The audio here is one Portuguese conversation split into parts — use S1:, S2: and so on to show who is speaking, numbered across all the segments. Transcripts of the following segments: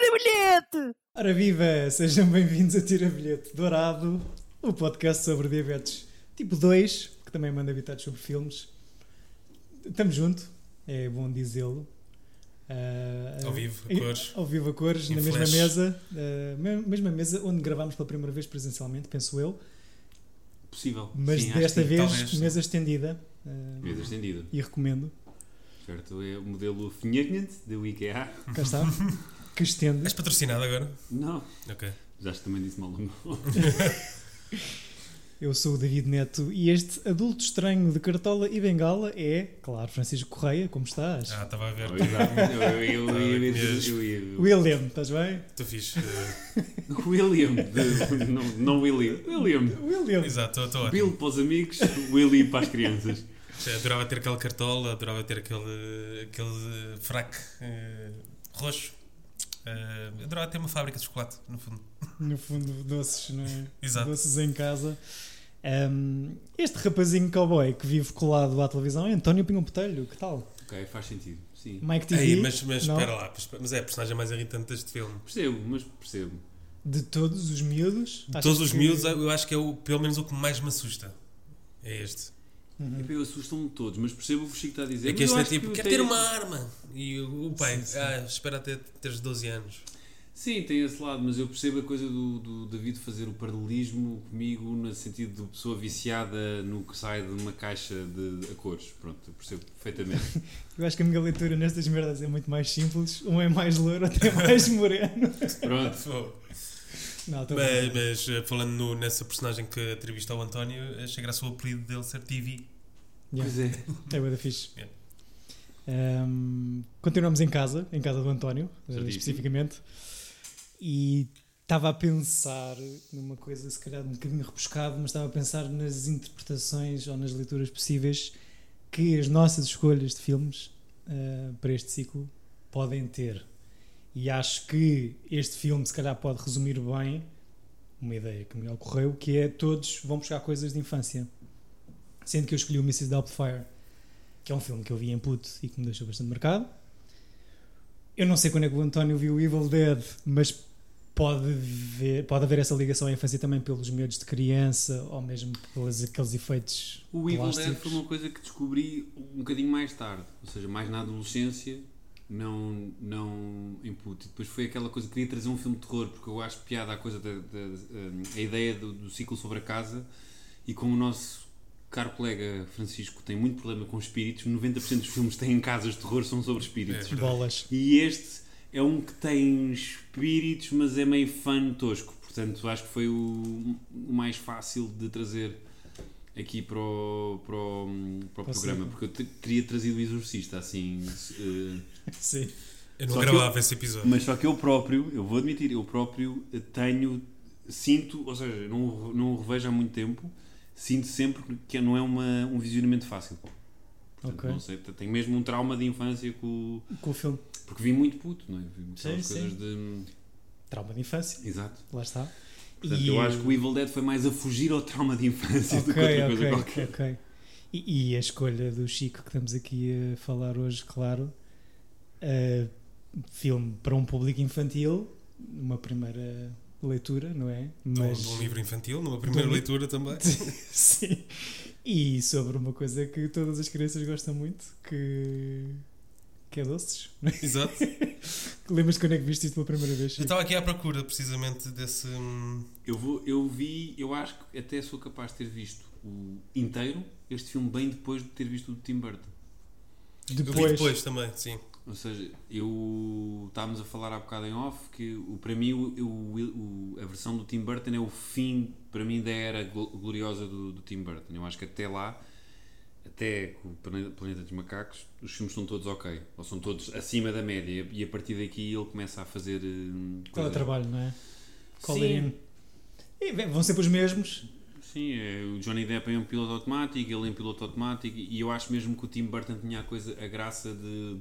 S1: bilhete!
S2: Ora viva! Sejam bem-vindos a Tira Bilhete Dourado, o podcast sobre diabetes tipo 2, que também manda habitados sobre filmes. Estamos junto, é bom dizê-lo. Ah,
S3: Ao vivo, a
S2: e-
S3: cores.
S2: Ao vivo a cores,
S3: Em
S2: na mesma
S3: flash.
S2: mesa, ah, me- mesma mesa onde gravámos pela primeira vez presencialmente, penso eu,
S4: Possível.
S2: mas
S4: Sim, acho
S2: desta
S4: que
S2: vez
S3: talvez, sim.
S2: mesa estendida ah,
S4: sim. Mesa estendida.
S2: e recomendo,
S4: Certo, é o modelo Finhagnant do IKEA.
S2: cá está, que estende.
S3: És patrocinado agora?
S4: Não,
S3: Ok.
S4: já acho que também disse mal o nome.
S2: Eu sou o David Neto e este adulto estranho de cartola e bengala é, claro, Francisco Correia, como estás?
S3: Ah, estava a ver.
S4: Eu ia- eu ia- eu
S3: Mesmo.
S4: ia- eu ia-
S2: William, estás bem?
S3: Tu fiz. eh,
S4: William, de- não, não William. William.
S2: William,
S3: exato, estou ótimo.
S4: Bill para os amigos, Willy para as crianças.
S3: Já Adorava ter aquele cartola, adorava ter aquele, aquele eh, fraque eh, roxo. Eh, adorava ter uma fábrica de chocolate, no fundo.
S2: no fundo, doces, não é?
S3: Exato.
S2: Doces em casa. Ahm, este rapazinho cowboy que vive colado à televisão é António Pinhão Botelho, que tal?
S4: Ok, faz sentido. Sim.
S2: Mike TV?
S3: Aí, mas, mas
S2: Não.
S3: espera lá, mas- mas é a personagem mais irritante deste filme.
S4: Percebo, mas percebo.
S2: De todos os miúdos?
S3: De
S2: Achas
S3: todos os
S2: que-
S3: miúdos, eu acho que é o, pelo menos o que mais me assusta. É este.
S2: Uhum.
S4: Epá, eu assustam-me todos, mas percebo o que o Chico está a dizer.
S3: É que
S4: Mas
S3: este
S4: eu
S3: é
S4: acho
S3: tipo,
S4: eu
S3: quer
S4: tenho-
S3: ter uma arma. E o, o pai,
S2: Sim, sim.
S3: ah, espera até teres 12 anos.
S4: Sim, tem esse lado, mas eu percebo a coisa do, do David fazer o paralelismo comigo no sentido de pessoa viciada no que sai de uma caixa de a cores. Pronto, eu percebo perfeitamente.
S2: Eu acho que a minha leitura nestas merdas é muito mais simples. Um é mais louro, outro é mais moreno.
S4: Pronto.
S3: Fogo.
S2: Não, estou bem.
S3: Mas, mas, eh, falando no- nessa personagem que atribuíste ao António, eh, chega a seu apelido dele ser TV.
S4: Pois é.
S2: É bué da fixe.
S3: Yeah.
S2: Um, continuamos em casa, em casa do António, eh,
S4: Certíssimo.
S2: especificamente. E estava a pensar numa coisa, se calhar um bocadinho repuscado, mas estava a pensar nas interpretações ou nas leituras possíveis que as nossas escolhas de filmes eh, para este ciclo podem ter. E acho que este filme, se calhar, pode resumir bem uma ideia que me ocorreu, que é todos vão buscar coisas de infância. Sendo que eu escolhi o Mrs. Doubtfire, que é um filme que eu vi em puto e que me deixou bastante marcado. Eu não sei quando é que o António viu Evil Dead, mas pode, ver, pode haver essa ligação à infância também pelos medos de criança ou mesmo pelos aqueles efeitos
S4: O Evil Dead
S2: plásticos.
S4: foi uma coisa que descobri um bocadinho mais tarde, ou seja, mais na adolescência, não, não em puto. E depois foi aquela coisa que queria trazer um filme de terror, porque eu acho piada a coisa da, da- a ideia do, do ciclo sobre a casa. E como o nosso caro colega Francisco tem muito problema com espíritos, 90% dos filmes que têm casas de terror são sobre espíritos.
S2: bolas.
S4: E este é um que tem espíritos, mas é meio fã tosco. Portanto, acho que foi o, o mais fácil de trazer aqui para o, para o, para o
S2: Para o
S4: programa.
S2: ciclo.
S4: Porque eu te- teria trazido o Exorcista, assim. eh,
S2: Sim.
S3: Eu não
S4: Só que
S3: gravava esse episódio.
S4: mas só que eu próprio, eu vou admitir, eu próprio eh, tenho, sinto, ou seja, não, o re- não o revejo há muito tempo, sinto sempre que não é uma, um visionamento fácil. Portanto,
S2: Ok.
S4: não sei, tenho mesmo um trauma de infância com o-
S2: Com o filme
S4: Porque vi muito puto, não é? Vi aquelas
S2: Sim,
S4: coisas
S2: sim.
S4: de.
S2: Trauma de infância,
S4: Exato.
S2: lá está.
S4: Portanto,
S2: E
S4: eu acho que o Evil Dead foi mais a fugir ao trauma de infância
S3: Tipo,
S4: do que
S2: Ok,
S4: outra coisa
S2: ok,
S4: qualquer.
S2: ok. E, e a escolha do Chico que estamos aqui a falar hoje, claro, eh, filme para um público infantil, uma primeira leitura, não é?
S3: De um-
S2: Mas
S3: de um livro infantil, numa primeira
S2: Do-
S3: leitura também.
S2: sim. E sobre uma coisa que todas as crianças gostam muito, que que é doces.
S3: Exato.
S2: Lembras-te quando é que viste isto pela primeira vez?
S3: Eu
S2: Chico?
S3: estava aqui à procura precisamente desse. hum,
S4: Eu, vou, eu vi, eu acho que até sou capaz de ter visto o inteiro, este filme, bem depois de ter visto o do Tim Burton.
S3: Eu vi depois também, sim.
S4: Ou seja, eu estávamos a falar há bocado em off que o, para mim o, o- o- a versão do Tim Burton é o fim para mim da era glo- gloriosa do, do Tim Burton. Eu acho que até lá, até o Plane- Planeta dos Macacos, os filmes são todos ok, ou são todos acima da média, e a partir daqui ele começa a fazer hum,
S2: Qual é o
S4: coisas-
S2: trabalho, não é? Call
S4: Sim.
S2: in. E, bem, vão sempre os mesmos.
S4: Sim, é, o Johnny Depp é um piloto automático, ele é um piloto automático e eu acho mesmo que o Tim Burton tinha a coisa, a graça de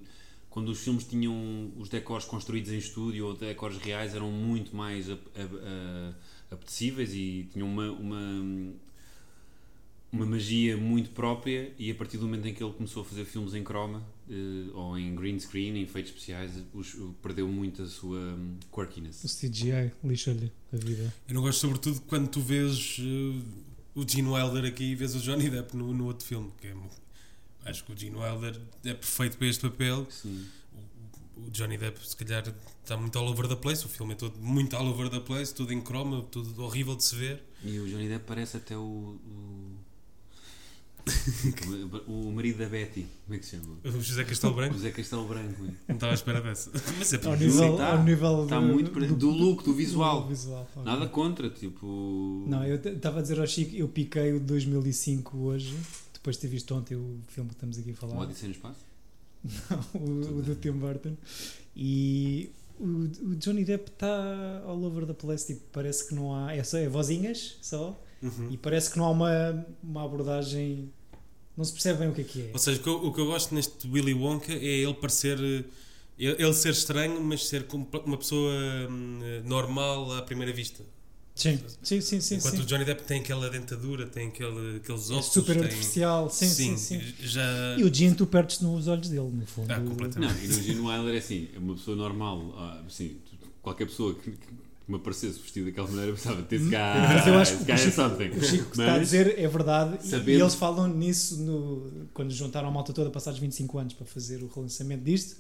S4: quando os filmes tinham os decors construídos em estúdio ou decors reais eram muito mais ap- a- a- apetecíveis e tinham uma, uma uma magia muito própria e a partir do momento em que ele começou a fazer filmes em croma eh, eh, ou em green screen, em efeitos especiais, os- perdeu muito a sua hum, quirkiness.
S2: O CGI lixou-lhe a vida.
S3: Eu não gosto, sobretudo, quando tu vês eh, o Gene Wilder aqui e vês o Johnny Depp no, no outro filme. Que é mu- acho que o Gene Wilder é perfeito para este papel.
S4: Sim.
S3: O, o Johnny Depp, se calhar, está muito all over the place. O filme é todo muito all over the place, tudo em croma, tudo horrível de se ver.
S4: E o Johnny Depp parece até o. o, o- o marido da Betty, como é que se chama?
S3: é O José Castelo
S4: O
S3: Branco,
S4: José Castelo Branco. é.
S3: não estava à espera dessa. Mas é
S2: Ao
S3: porque
S2: nível,
S4: tá.
S2: ao nível
S4: Tá
S2: do-
S4: muito pre- do look, do visual.
S2: visual, ok.
S4: Nada contra, tipo.
S2: Não, eu estava a dizer ao Chico, eu piquei o de 2005 hoje, depois de ter visto ontem o filme que estamos aqui a
S4: O
S2: falar,
S4: Odyssey no espaço?
S2: o, o do Tim Burton, e o, o Johnny Depp está all over the place, tipo, parece que não há, é só é vozinhas só,
S3: Uhum.
S2: e parece que não há uma, uma abordagem, não se percebe bem o que é que é.
S3: Ou seja, o que, eu, o que eu gosto neste Willy Wonka é ele parecer. eh, Ele ele ser estranho, mas ser como uma pessoa hum, eh, normal à primeira vista.
S2: Sim, sim, sim, sim.
S3: Enquanto
S2: sim.
S3: o Johnny Depp tem aquela dentadura, tem aquele, aqueles
S2: É
S3: ossos.
S2: super
S3: tem...
S2: artificial, sim, sim, sim.
S3: Já...
S2: E o Jim, tu perdes nos olhos dele, no fundo.
S3: Ah, completamente.
S4: Não, e no Gene Wilder é assim, é uma pessoa normal, ah, assim, tu- qualquer pessoa que, que me aparecesse vestida daquela maneira eu pensava, this guy,
S2: Mas eu acho que o
S4: this guy is
S2: Chico-
S4: something.
S2: O Chico que está a
S4: Mas,
S2: dizer é verdade e-
S4: sabendo-
S2: e eles falam nisso no- quando juntaram a malta toda passados 25 anos para fazer o relançamento disto.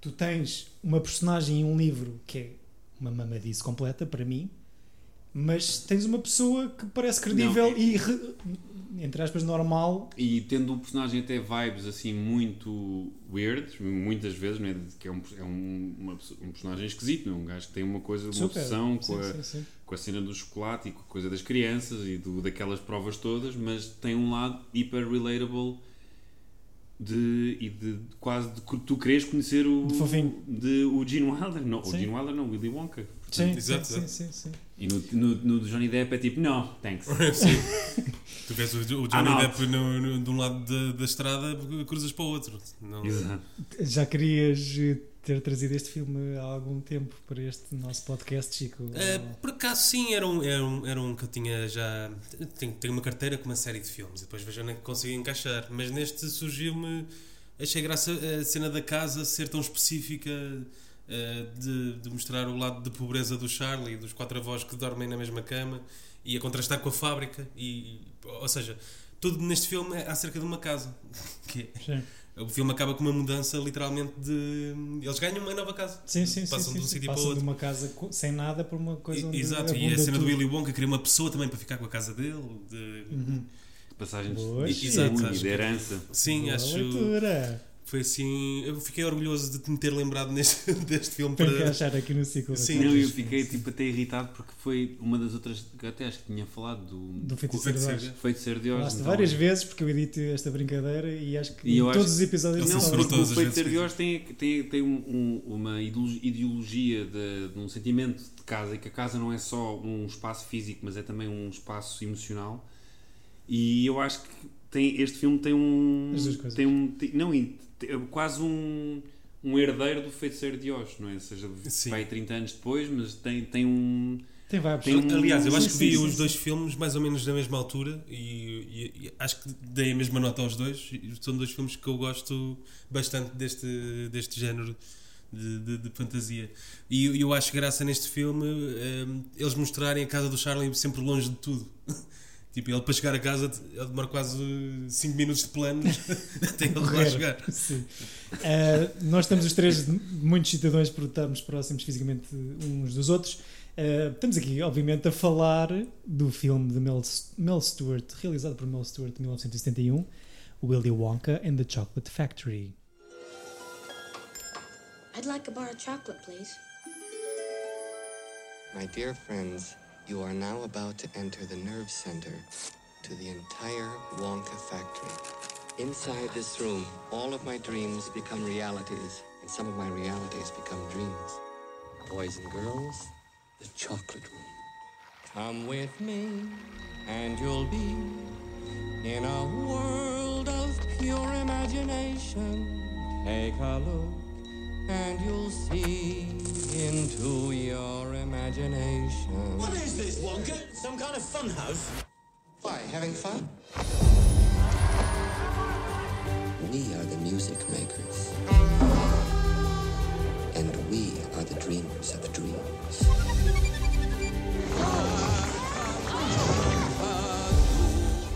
S2: Tu tens uma personagem e um livro que é uma mamadice completa para mim, mas tens uma pessoa que parece credível
S4: Não, é-
S2: e re- entre aspas normal.
S4: e tendo o personagem até vibes assim muito weird, muitas vezes, não é? De que é um, é um, uma pessoa- um personagem esquisito, não é? um gajo que tem uma coisa, uma
S2: Super.
S4: obsessão
S2: Sim,
S4: com a,
S2: sim, sim.
S4: com a cena do chocolate e com a coisa das crianças e do, daquelas provas todas, mas tem um lado hiper relatable de, e de de quase de que tu queres conhecer o,
S2: De fofinho.
S4: de, o Gene Wilder. Não, o
S2: Sim.
S4: Gene Wilder não, o Willy Wonka.
S2: Sim,
S3: Exato,
S2: sim, sim, sim, sim.
S4: E no, no, no do Johnny Depp é tipo, não, thanks.
S3: Sim. tu vês o, o
S4: Ah,
S3: Johnny
S4: não.
S3: Depp no, no- de um lado da, da estrada, cruzas para o outro. Não-
S4: Exato.
S2: Já querias eh, ter trazido este filme há algum tempo para este nosso podcast, Chico?
S3: Eh, por acaso sim, era um, era, um, era um que eu tinha já. Tenho, tenho uma carteira com uma série de filmes e depois vejo onde é que consigo encaixar. Mas neste surgiu-me. Achei graça eh, a cena da casa ser tão específica eh, de, de mostrar o lado de pobreza do Charlie, dos quatro avós que dormem na mesma cama e a contrastar com a fábrica. E, ou seja, tudo neste filme é acerca de uma casa. Que
S2: Sim.
S3: é- o filme acaba com uma mudança literalmente de. Eles ganham uma nova casa.
S2: Sim, sim, sim,
S3: Passam de um
S2: sim, sim.
S3: sítio para
S2: Passam
S3: outro.
S2: de uma casa co- sem nada para uma coisa onde é
S3: E- Exato, e a
S2: abunda
S3: cena do
S2: tudo.
S3: Willy Wonka queria uma pessoa também para ficar com a casa dele. de-
S2: Uhum.
S4: Passagens
S2: Pois.
S4: de
S3: Exato,
S4: testemunho e
S3: acho
S4: de
S3: que- é.
S4: herança.
S3: Sim,
S2: Boa
S3: acho.
S2: leitura.
S3: Foi assim. Eu fiquei orgulhoso de te me ter lembrado neste, deste filme
S2: Tenho que
S3: para.
S2: achar aqui no ciclo. da
S3: Sim, é.
S2: tarde.
S4: Não, eu fiquei tipo até irritado porque foi uma das outras que eu até acho que tinha falado do,
S2: Do feiticeiro de
S3: Feiticeiro
S2: Oz.
S3: de
S4: feito ser de Oz.
S2: Falaste
S4: então,
S2: várias
S4: é.
S2: vezes porque eu edito esta brincadeira e acho que
S4: E
S2: em
S4: eu acho-
S2: todos os episódios
S3: Ele
S4: Não,
S2: eu
S3: censurou
S2: falo
S3: todas
S4: mas o
S3: as vezes
S4: Feito Ser
S3: que
S4: de Oz tem, tem, tem um- um- uma ideo- ideologia de, de um sentimento de casa e que a casa não é só um espaço físico, mas é também um espaço emocional. E eu acho que tem, este filme tem um.
S2: As duas coisas.
S4: Tem um tem- não, e te- é quase um, um herdeiro do feiticeiro de Oz, não é? Ou seja,
S3: Sim.
S4: vai 30 anos depois, mas tem, tem um.
S2: Tem vibes.
S4: Tem um-
S3: Aliás, eu acho que
S2: Sim,
S3: vi
S2: sim, sim,
S3: os
S2: sim.
S3: dois filmes mais ou menos na mesma altura e, e- e acho que dei a mesma nota aos dois. E São dois filmes que eu gosto bastante deste, deste género de, de- de fantasia. E eu- eu acho graça neste filme hum, eles mostrarem a casa do Charlie sempre longe de tudo. Tipo, ele para chegar a casa ele demora quase 5 minutos de planos até ele lá
S2: Correr.
S3: chegar.
S2: Sim. Ah, nós estamos os três muito excitadões porque estamos próximos fisicamente uns dos outros. Ah, estamos aqui, obviamente, a falar do filme de Mel, Mel Stewart, realizado por Mel Stewart em 1971, Willy Wonka and the Chocolate Factory.
S1: I'd like a bar of chocolate, please.
S5: My dear friends, you are now about to enter the nerve center to the entire Wonka factory. Inside this room, all of my dreams become realities, and some of my realities become dreams. Boys and girls, the chocolate room. Come with me, and you'll be in a world of pure imagination. Take a look and you'll see into your imagination.
S6: What is this, Wonka? Some kind of funhouse?
S5: Why, having fun? We are the music makers. And we are the dreamers of dreams.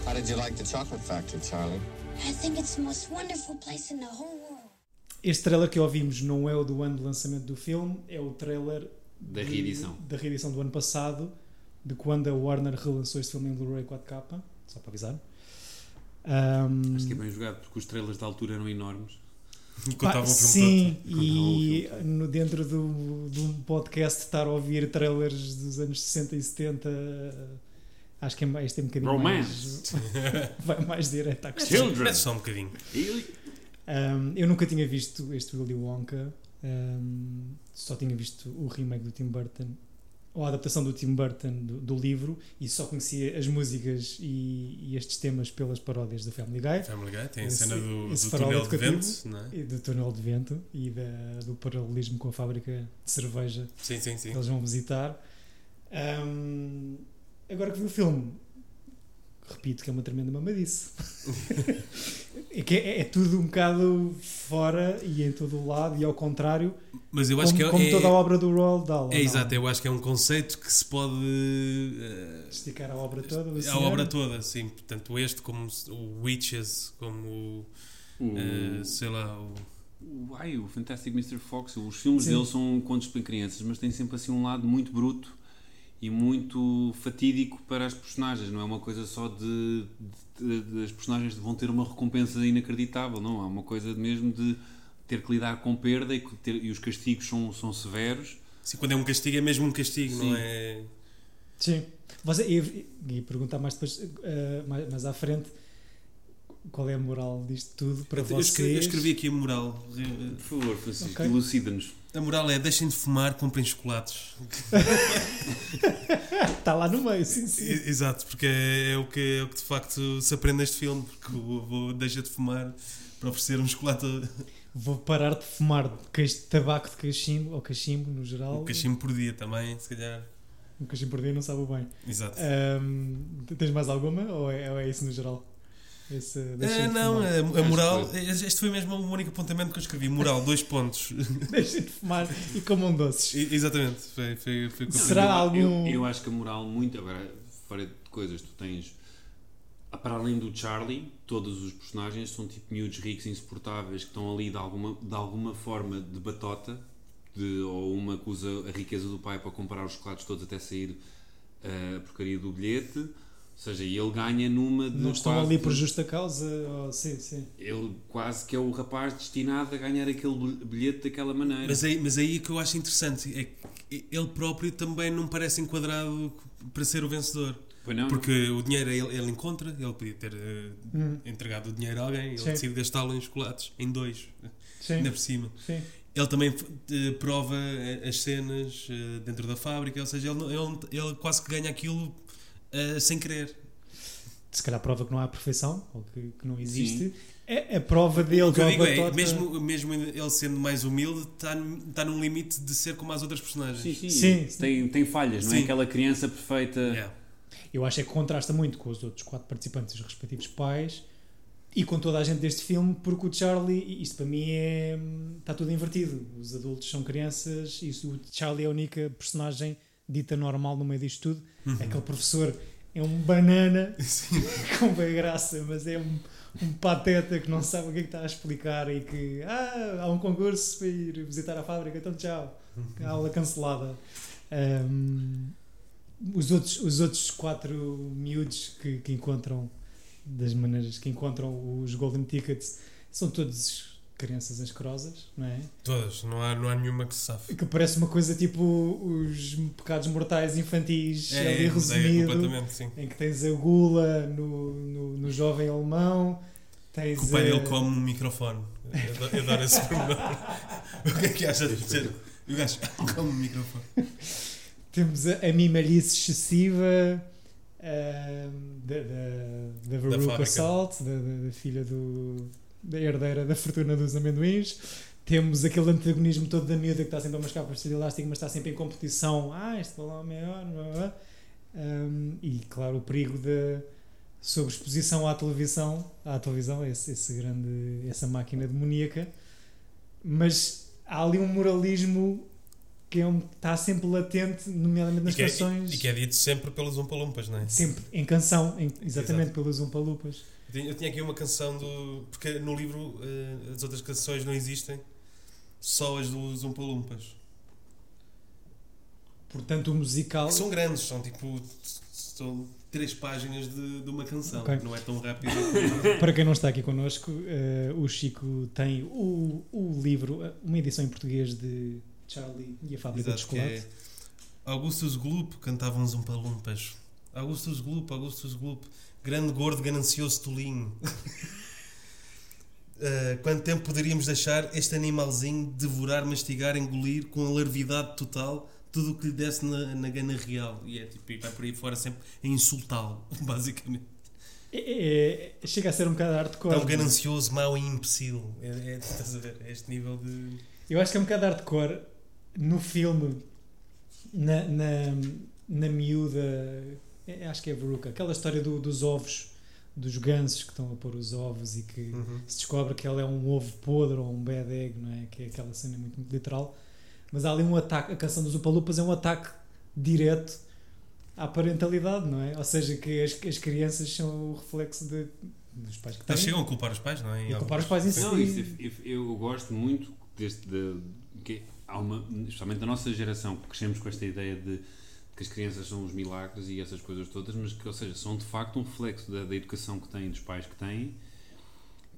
S5: How did you like the chocolate factory, Charlie?
S1: I think it's the most wonderful place in the whole world.
S2: Este trailer que ouvimos não é o do ano de lançamento do filme, é o trailer
S4: Da
S2: de-
S4: reedição.
S2: da reedição do ano passado, de quando a Warner relançou este filme em Blu-ray 4K, só para avisar. Ahm,
S4: Acho que é bem jogado porque os trailers da altura eram enormes.
S2: Pá,
S3: Contava um filme
S2: sim,
S4: pronto.
S2: e no, dentro do, de um podcast estar a ouvir trailers dos anos 60 e 70, acho que é, mais- este é um bocadinho
S4: Romance.
S2: mais. Vai mais direto à
S3: todo.
S2: questão.
S4: Children.
S3: Mete só um bocadinho.
S2: Um, eu nunca tinha visto este Willy Wonka, um, só tinha visto o remake do Tim Burton, ou a adaptação do Tim Burton do, do livro, e só conhecia as músicas e, e estes temas pelas paródias do Family Guy.
S3: Family Guy tem a
S2: Esse-
S3: cena do,
S2: esse
S3: do
S2: farol
S3: túnel de
S2: educativo.
S3: vento, não é?
S2: E do túnel de vento e da- do paralelismo com a fábrica de cerveja
S3: Sim, sim, sim.
S2: que eles vão visitar. Ahm, agora que vi o filme, repito que é uma tremenda mamadice. é, que é, é tudo um bocado fora e em todo o lado e ao contrário,
S3: Mas eu acho
S2: como,
S3: que é,
S2: como
S3: é-
S2: toda a obra do Roald Dahl.
S3: é
S2: ou não?
S3: exato, eu acho que é um conceito que se pode eh,
S2: Esticar a obra toda. do
S3: A
S2: senhor.
S3: obra toda, sim. Portanto, este, como o Witches, como o. eh, sei lá, o.
S4: O- Ai, o Fantastic Mr. Fox, os filmes
S2: Sim.
S4: dele são contos para crianças, mas tem sempre assim um lado muito bruto e muito fatídico para as personagens, não é uma coisa só de, de- de- as personagens vão ter uma recompensa inacreditável, não, é uma coisa mesmo de ter que lidar com perda e, que ter- e os castigos são, são severos.
S3: Sim, quando é um castigo, é mesmo um castigo,
S4: Sim.
S3: não é?
S2: Sim. Você, e, e- e perguntar mais depois, ah, mais, mais à frente, qual é a moral disto tudo para
S3: Eu, eu
S2: vocês?
S3: escrevi, eu escrevi aqui a moral.
S4: Por favor, Francisco,
S2: Ok.
S4: elucida-nos.
S3: A moral é deixem de fumar, comprem chocolates.
S2: Está lá no meio, sim, sim.
S3: E- Exato, porque é o, que, é o que de facto se aprende neste filme, porque o avô deixa de fumar para oferecer um chocolate a-
S2: Vou parar de fumar queix- tabaco de cachimbo, ou cachimbo no geral.
S3: um cachimbo por dia também, se calhar.
S2: Um cachimbo por dia não sabe bem.
S3: Exato.
S2: Ahm, tens mais alguma? Ou é, ou é isso no geral? Esse, deixem
S3: Ah,
S2: de
S3: não,
S2: fumar.
S3: a, a
S4: Acho
S3: moral.
S4: que
S3: Este foi mesmo o único apontamento que eu escrevi. Moral, dois pontos.
S2: Deixem de fumar e comam doces.
S3: eh. E- Exatamente, foi, foi, foi o que eu
S2: Será
S4: eu,
S2: algum-
S4: Eu, eu acho que a moral, muito agora, fora de coisas, tu tens. ah, Para além do Charlie, todos os personagens são tipo miúdos ricos insuportáveis que estão ali de alguma, de alguma forma de batota, de, ou uma que usa a riqueza do pai para comprar os chocolates todos até sair eh, a porcaria do bilhete. Ou seja, e ele ganha numa de.
S2: Não estão
S4: quase
S2: ali por
S4: de-
S2: justa causa? ou- sim, sim.
S4: Ele quase que é o rapaz destinado a ganhar aquele bil- bilhete daquela maneira.
S3: Mas aí, mas aí é que eu acho interessante é que ele próprio também não parece enquadrado para ser o vencedor.
S4: Pois não?
S3: Porque o dinheiro ele, ele encontra, ele podia ter eh, entregado o dinheiro a alguém, ele
S2: Hum. Sim.
S3: decide gastá-lo em chocolates, em dois,
S2: Sim.
S3: ainda por cima.
S2: Sim.
S3: Ele também eh, prova eh, as cenas eh, dentro da fábrica, ou seja, ele, não- ele, ele quase que ganha aquilo eh, sem querer.
S2: Se calhar prova que não há perfeição, ou que, que não existe. É a prova dele
S3: O que eu
S2: ou a
S3: digo é,
S2: batota-
S3: mesmo, mesmo ele sendo mais humilde, está tá num limite de ser como as outras personagens.
S4: Sim, sim.
S2: Sim.
S4: Tem, tem falhas, não é?
S3: Sim.
S4: Aquela criança perfeita.
S3: Yeah.
S2: Eu acho é que contrasta muito com os outros quatro participantes e os respectivos pais e com toda a gente deste filme, porque o Charlie, e isto para mim é. está tudo invertido. Os adultos são crianças e o Charlie é a única personagem dita normal no meio disto tudo. Aquele professor é um banana, com bem graça, mas é um, um pateta que não sabe o que é que está a explicar e que. ah, há um concurso para ir visitar a fábrica, então tchau. Aula cancelada. Ahm, os outros, os outros quatro miúdos que, que encontram, das maneiras que encontram os Golden Tickets, são todos crianças asquerosas, não é?
S3: Todas, não há, não há nenhuma que se safe.
S2: Que parece uma coisa tipo os pecados mortais infantis, ali
S3: É, mas
S2: resumido,
S3: completamente, sim.
S2: em que tens a gula no, no, no jovem alemão, tens
S3: Que o pai
S2: a-
S3: dele come um microfone. Eu adoro- Eu adoro esse pormenor. o que é que acha de dizer? E O gajo come um microfone.
S2: temos a, a mimalice excessiva ahm, da, da, da Veruca
S3: fábrica.
S2: Salt, da, da- da filha do, da herdeira da fortuna dos amendoins. Temos aquele antagonismo todo da miúda que está sempre a mascar por de elástico, mas está sempre em competição. Ah, este balão é maior. blá, blá, blá. Ahm, e claro, o perigo da, sobre exposição à televisão, à televisão, esse, esse grande, essa máquina demoníaca, mas há ali um moralismo que é um- está sempre latente, nomeadamente
S3: E
S2: nas
S3: que, é,
S2: canções,
S3: e que é dito sempre pelos Umpalumpas, não é?
S2: sempre em canção, em- exatamente pelos Umpalupas.
S3: Eu tinha- Eu tinha aqui uma canção do. Porque no livro eh, as outras canções não existem, só as dos Umpalumpas.
S2: Portanto, o musical.
S3: Que são grandes, são tipo. São três páginas de, de uma canção.
S2: Ok.
S3: Não é tão rápido.
S2: Para quem não está aqui connosco, eh, o Chico tem o, o livro, eh, uma edição em português de Charlie e a Fábrica de
S3: Exato, que
S2: Chocolate.
S3: é Augustus um Gloop cantavam uns Umpalumpas. Augustus Gloop, Augustus Gloop, grande gordo ganancioso tolinho. Ah, quanto tempo poderíamos deixar este animalzinho devorar, mastigar, engolir com a larvidade total tudo o que lhe desse na, na gana real? E é tipo, e vai por aí fora sempre a insultá-lo, basicamente.
S2: É- é- chega a ser um bocado hardcore.
S3: Tão ganancioso, mau e imbecil. É, é, estás a ver? É este nível de.
S2: Eu acho que é um bocado hardcore no filme, na, na, na miúda, é- acho que é a Veruca, aquela história do- dos ovos, dos gansos que estão a pôr os ovos e que se descobre que ela é um ovo podre ou um bad egg, não é? Que é aquela cena muito, muito literal. Mas há ali um ataque, a canção dos Upalupas é um ataque direto à parentalidade, não é? Ou seja, que as, as crianças são o reflexo de, dos pais que têm.
S3: Eles chegam a culpar os pais, não é? Em
S2: E a culpar os
S3: alguns-
S2: pais isso. é
S4: Não, isso, é eu, eu gosto muito deste. De, que há uma, especialmente da nossa geração, que crescemos com esta ideia de que as crianças são os milagres e essas coisas todas, mas que, ou seja, são de facto um reflexo da, da educação que têm, dos pais que têm.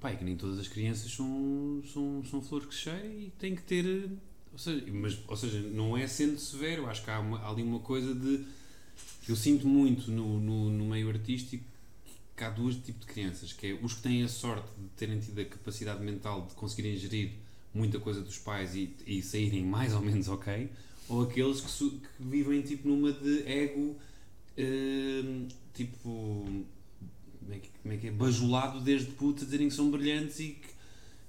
S4: Pai, que nem todas as crianças são, são, são flores que cheiram e têm que ter. eh, Ou seja, mas, ou seja, não é sendo severo, acho que há, uma- há ali uma coisa de. Eu sinto muito no, no, no meio artístico que há dois tipos de crianças, que é os que têm a sorte de terem tido a capacidade mental de conseguirem gerir muita coisa dos pais e, e saírem mais ou menos ok, ou aqueles que, su- que vivem tipo numa de ego hum, tipo como é, que, como é que é? Bajulado desde puta dizerem que são brilhantes e que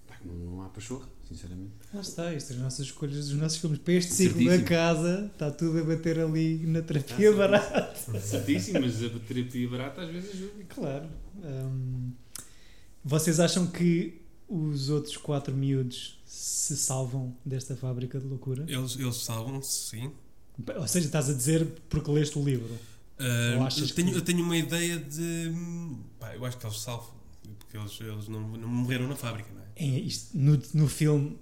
S4: pá, não, não há pachorra, sinceramente.
S2: Lá está, isto, as nossas escolhas dos nossos filmes. Para este ciclo da
S4: Certíssimo.
S2: casa, está tudo a bater ali na terapia barata.
S4: Certíssimo, mas a terapia barata às vezes ajuda.
S2: Claro. Hum, vocês acham que os outros quatro miúdos se salvam desta fábrica de loucura?
S3: Eles, eles salvam-se, sim.
S2: Ou seja, estás a dizer porque leste o livro.
S3: Ah,
S2: Ou achas
S3: eu, tenho,
S2: que-
S3: eu tenho uma ideia de. hum, Pá, eu acho que eles salvam. Porque eles, eles não, não morreram na fábrica, não é?
S2: Em- isto- no, no filme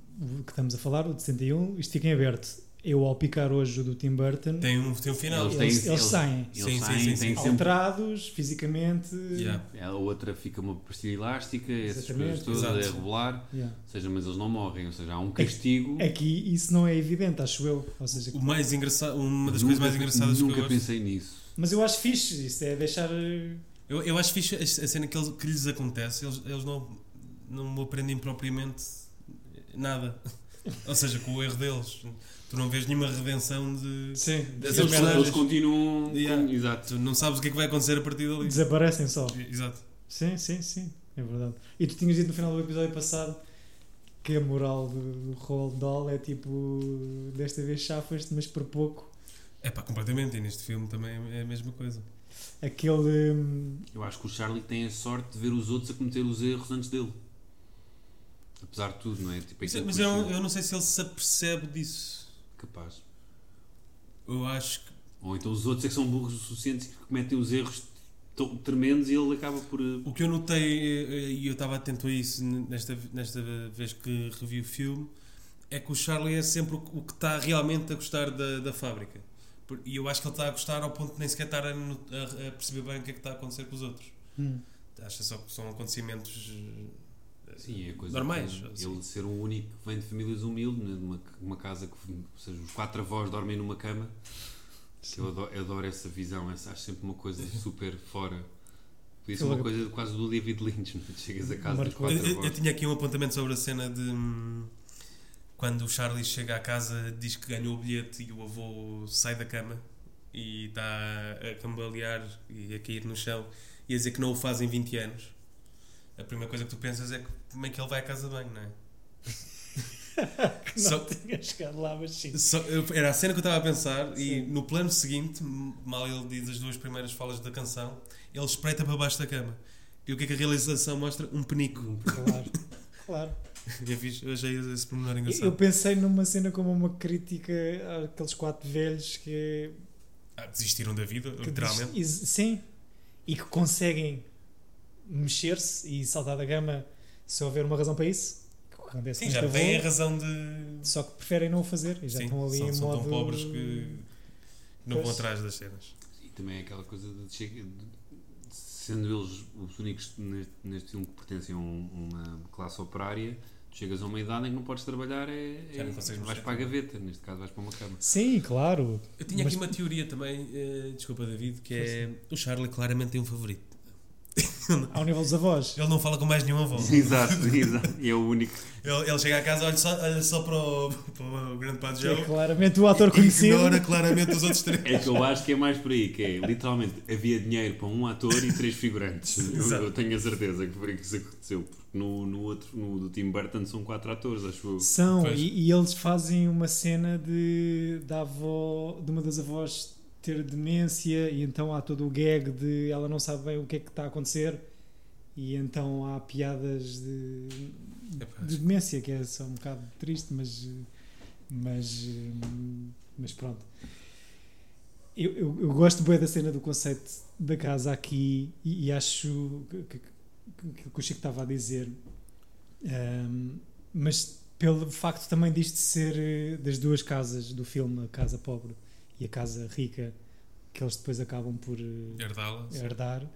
S2: que estamos a falar, o de 61, isto fica em aberto. Eu, ao picar hoje o do Tim Burton,
S3: Tem um, tem um final.
S2: Eles- eles saem.
S4: Eles
S3: Sim, sim,
S4: saem,
S3: sim, sim.
S4: têm sempre É,
S2: alterados fisicamente.
S3: Yeah.
S4: A outra fica uma pastilha elástica, essas
S2: Exatamente.
S4: coisas todas é a
S3: Exato.
S4: rebolar.
S2: Yeah.
S4: Ou seja, mas eles não morrem, ou seja, há
S3: É
S4: um castigo.
S2: Aqui isso não é evidente, acho eu. Ou seja,
S3: O mais engraçado, uma das
S4: Nunca-
S3: coisas mais engraçadas
S4: Nunca
S3: que eu gosto.
S4: pensei nisso.
S2: Mas eu acho fixe, isso é deixar. eh,
S3: Eu, eu acho fixe a a cena que, eles- que lhes acontece, eles, eles não, não aprendem propriamente nada. Ou seja, com o erro deles. Tu não vês nenhuma redenção de.
S2: Sim,
S3: Eles-
S4: Eles,
S3: merdas.
S4: eles continuam.
S3: Yeah.
S4: com- exato.
S3: Tu não sabes o que é que vai acontecer a partir dali.
S2: desaparecem só.
S3: Exato.
S2: Sim, sim, sim, é verdade. E tu tinhas dito no final do episódio passado que a moral do, do Roald Dahl é tipo: desta vez chafas-te, mas por pouco.
S3: É pá, completamente. E neste filme também é a mesma coisa.
S2: Aquele. hum,
S4: Eu acho que o Charlie tem a sorte de ver os outros a cometer os erros antes dele. Apesar de tudo, não é? Tipo, é
S3: Mas,
S4: aquilo
S3: mas
S4: que
S3: eu,
S4: eu
S3: não-
S4: sou
S3: eu não sei se ele se apercebe disso.
S4: Capaz.
S3: Eu acho que.
S4: Ou então os outros é que são burros o suficiente que cometem os erros tão tremendos e ele acaba por. uh,
S3: O que eu notei, eh, e eu estava atento a isso n- nesta, nesta vez que revi o filme, é que o Charlie é sempre o que o que está realmente a gostar da, da fábrica. Por- E eu acho que ele está a gostar ao ponto de nem sequer estar a, no- a- a perceber bem o que é que está a acontecer com os outros.
S2: hum,
S3: Acha só que são acontecimentos eh,
S4: Sim, é coisa.
S3: normais.
S4: que
S3: assim.
S4: Ele ser o único que vem de famílias humildes, né, numa uma casa que. Ou seja, os quatro avós dormem numa cama. Que eu adoro, eu adoro essa visão, essa, acho sempre uma coisa super fora. Isso é uma
S2: Logo-
S4: coisa quase do David Lynch, não é? chegas a casa dos
S2: Marcou.
S4: quatro
S3: Eu- eu, eu
S4: avós.
S3: tinha aqui um apontamento sobre a cena de hum, quando o Charlie chega à casa, diz que ganhou o bilhete e o avô sai da cama e está a cambalear e a cair no chão e a dizer que não o faz em 20 anos. A primeira coisa que tu pensas é que, como é que ele vai à casa bem, não é?
S2: que
S3: Só-
S2: não tinha chegado lá, mas sim.
S3: Só- eu- era a cena que eu estava a pensar e
S2: Sim.
S3: no plano seguinte, m- mal ele diz as duas primeiras falas da canção, ele espreita para baixo da cama. E o que é que a realização mostra? Um penico.
S2: Claro, claro.
S3: Eu, fiz, é eu achei esse pormenor
S2: Eu eu
S3: engraçado.
S2: pensei numa cena como uma crítica àqueles quatro velhos que, é,
S3: Ah, desistiram da vida,
S2: que
S3: literalmente.
S2: des- is- sim, e que conseguem mexer-se e saltar da gama se houver uma razão para isso. que acontece
S3: Sim,
S2: com
S3: já
S2: esta
S3: tem a
S2: boa,
S3: razão de.
S2: Só que preferem não o fazer e já
S3: Sim,
S2: estão ali
S3: são,
S2: em
S3: são
S2: modo.
S3: tão pobres que não vão
S2: Pois.
S3: atrás das cenas.
S4: E também é aquela coisa de, chega- de- sendo eles os únicos neste, neste filme que pertencem a um- uma classe operária, tu chegas a uma idade em que não podes trabalhar, é,
S3: Já não
S4: é-
S3: consegues
S4: vais
S3: mexer.
S4: para a gaveta, neste caso vais para uma cama.
S2: Sim, claro.
S3: Eu tinha
S2: Mas-
S3: aqui uma teoria também, eh, desculpa David, que é o Charlie claramente tem um favorito.
S2: Ao nível dos avós.
S3: Ele não fala com mais nenhum avô.
S4: Exato, exato. E é o único.
S3: Ele, ele chega a casa, olha só, olha só para, o, para o grande padre
S2: que É
S3: Joe.
S2: claramente o ator conhecido.
S3: Ignora claramente os outros três.
S4: É que eu acho que é mais por aí, que é literalmente havia dinheiro para um ator e três figurantes. Eu,
S3: Exato.
S4: eu tenho a certeza que por isso aconteceu. Porque no, no outro, no do Tim Burton, são quatro atores, acho eu.
S2: São,
S3: Pois.
S2: e, e eles fazem uma cena de, da avó, de uma das avós ter demência, e então há todo o gag de ela não sabe bem o que é que está a acontecer, e então há piadas de,
S3: Epá,
S2: de demência, que é só um bocado triste, mas, eh, mas, eh, mas pronto. Eu, eu, eu gosto bem da cena do conceito da casa aqui e, e acho que, que, que- que o Chico estava a dizer, Ahm, mas pelo facto também disto ser eh, das duas casas do filme, a casa pobre e a casa rica, que eles depois acabam por eh,
S3: Herdá-la. sim.
S2: herdar,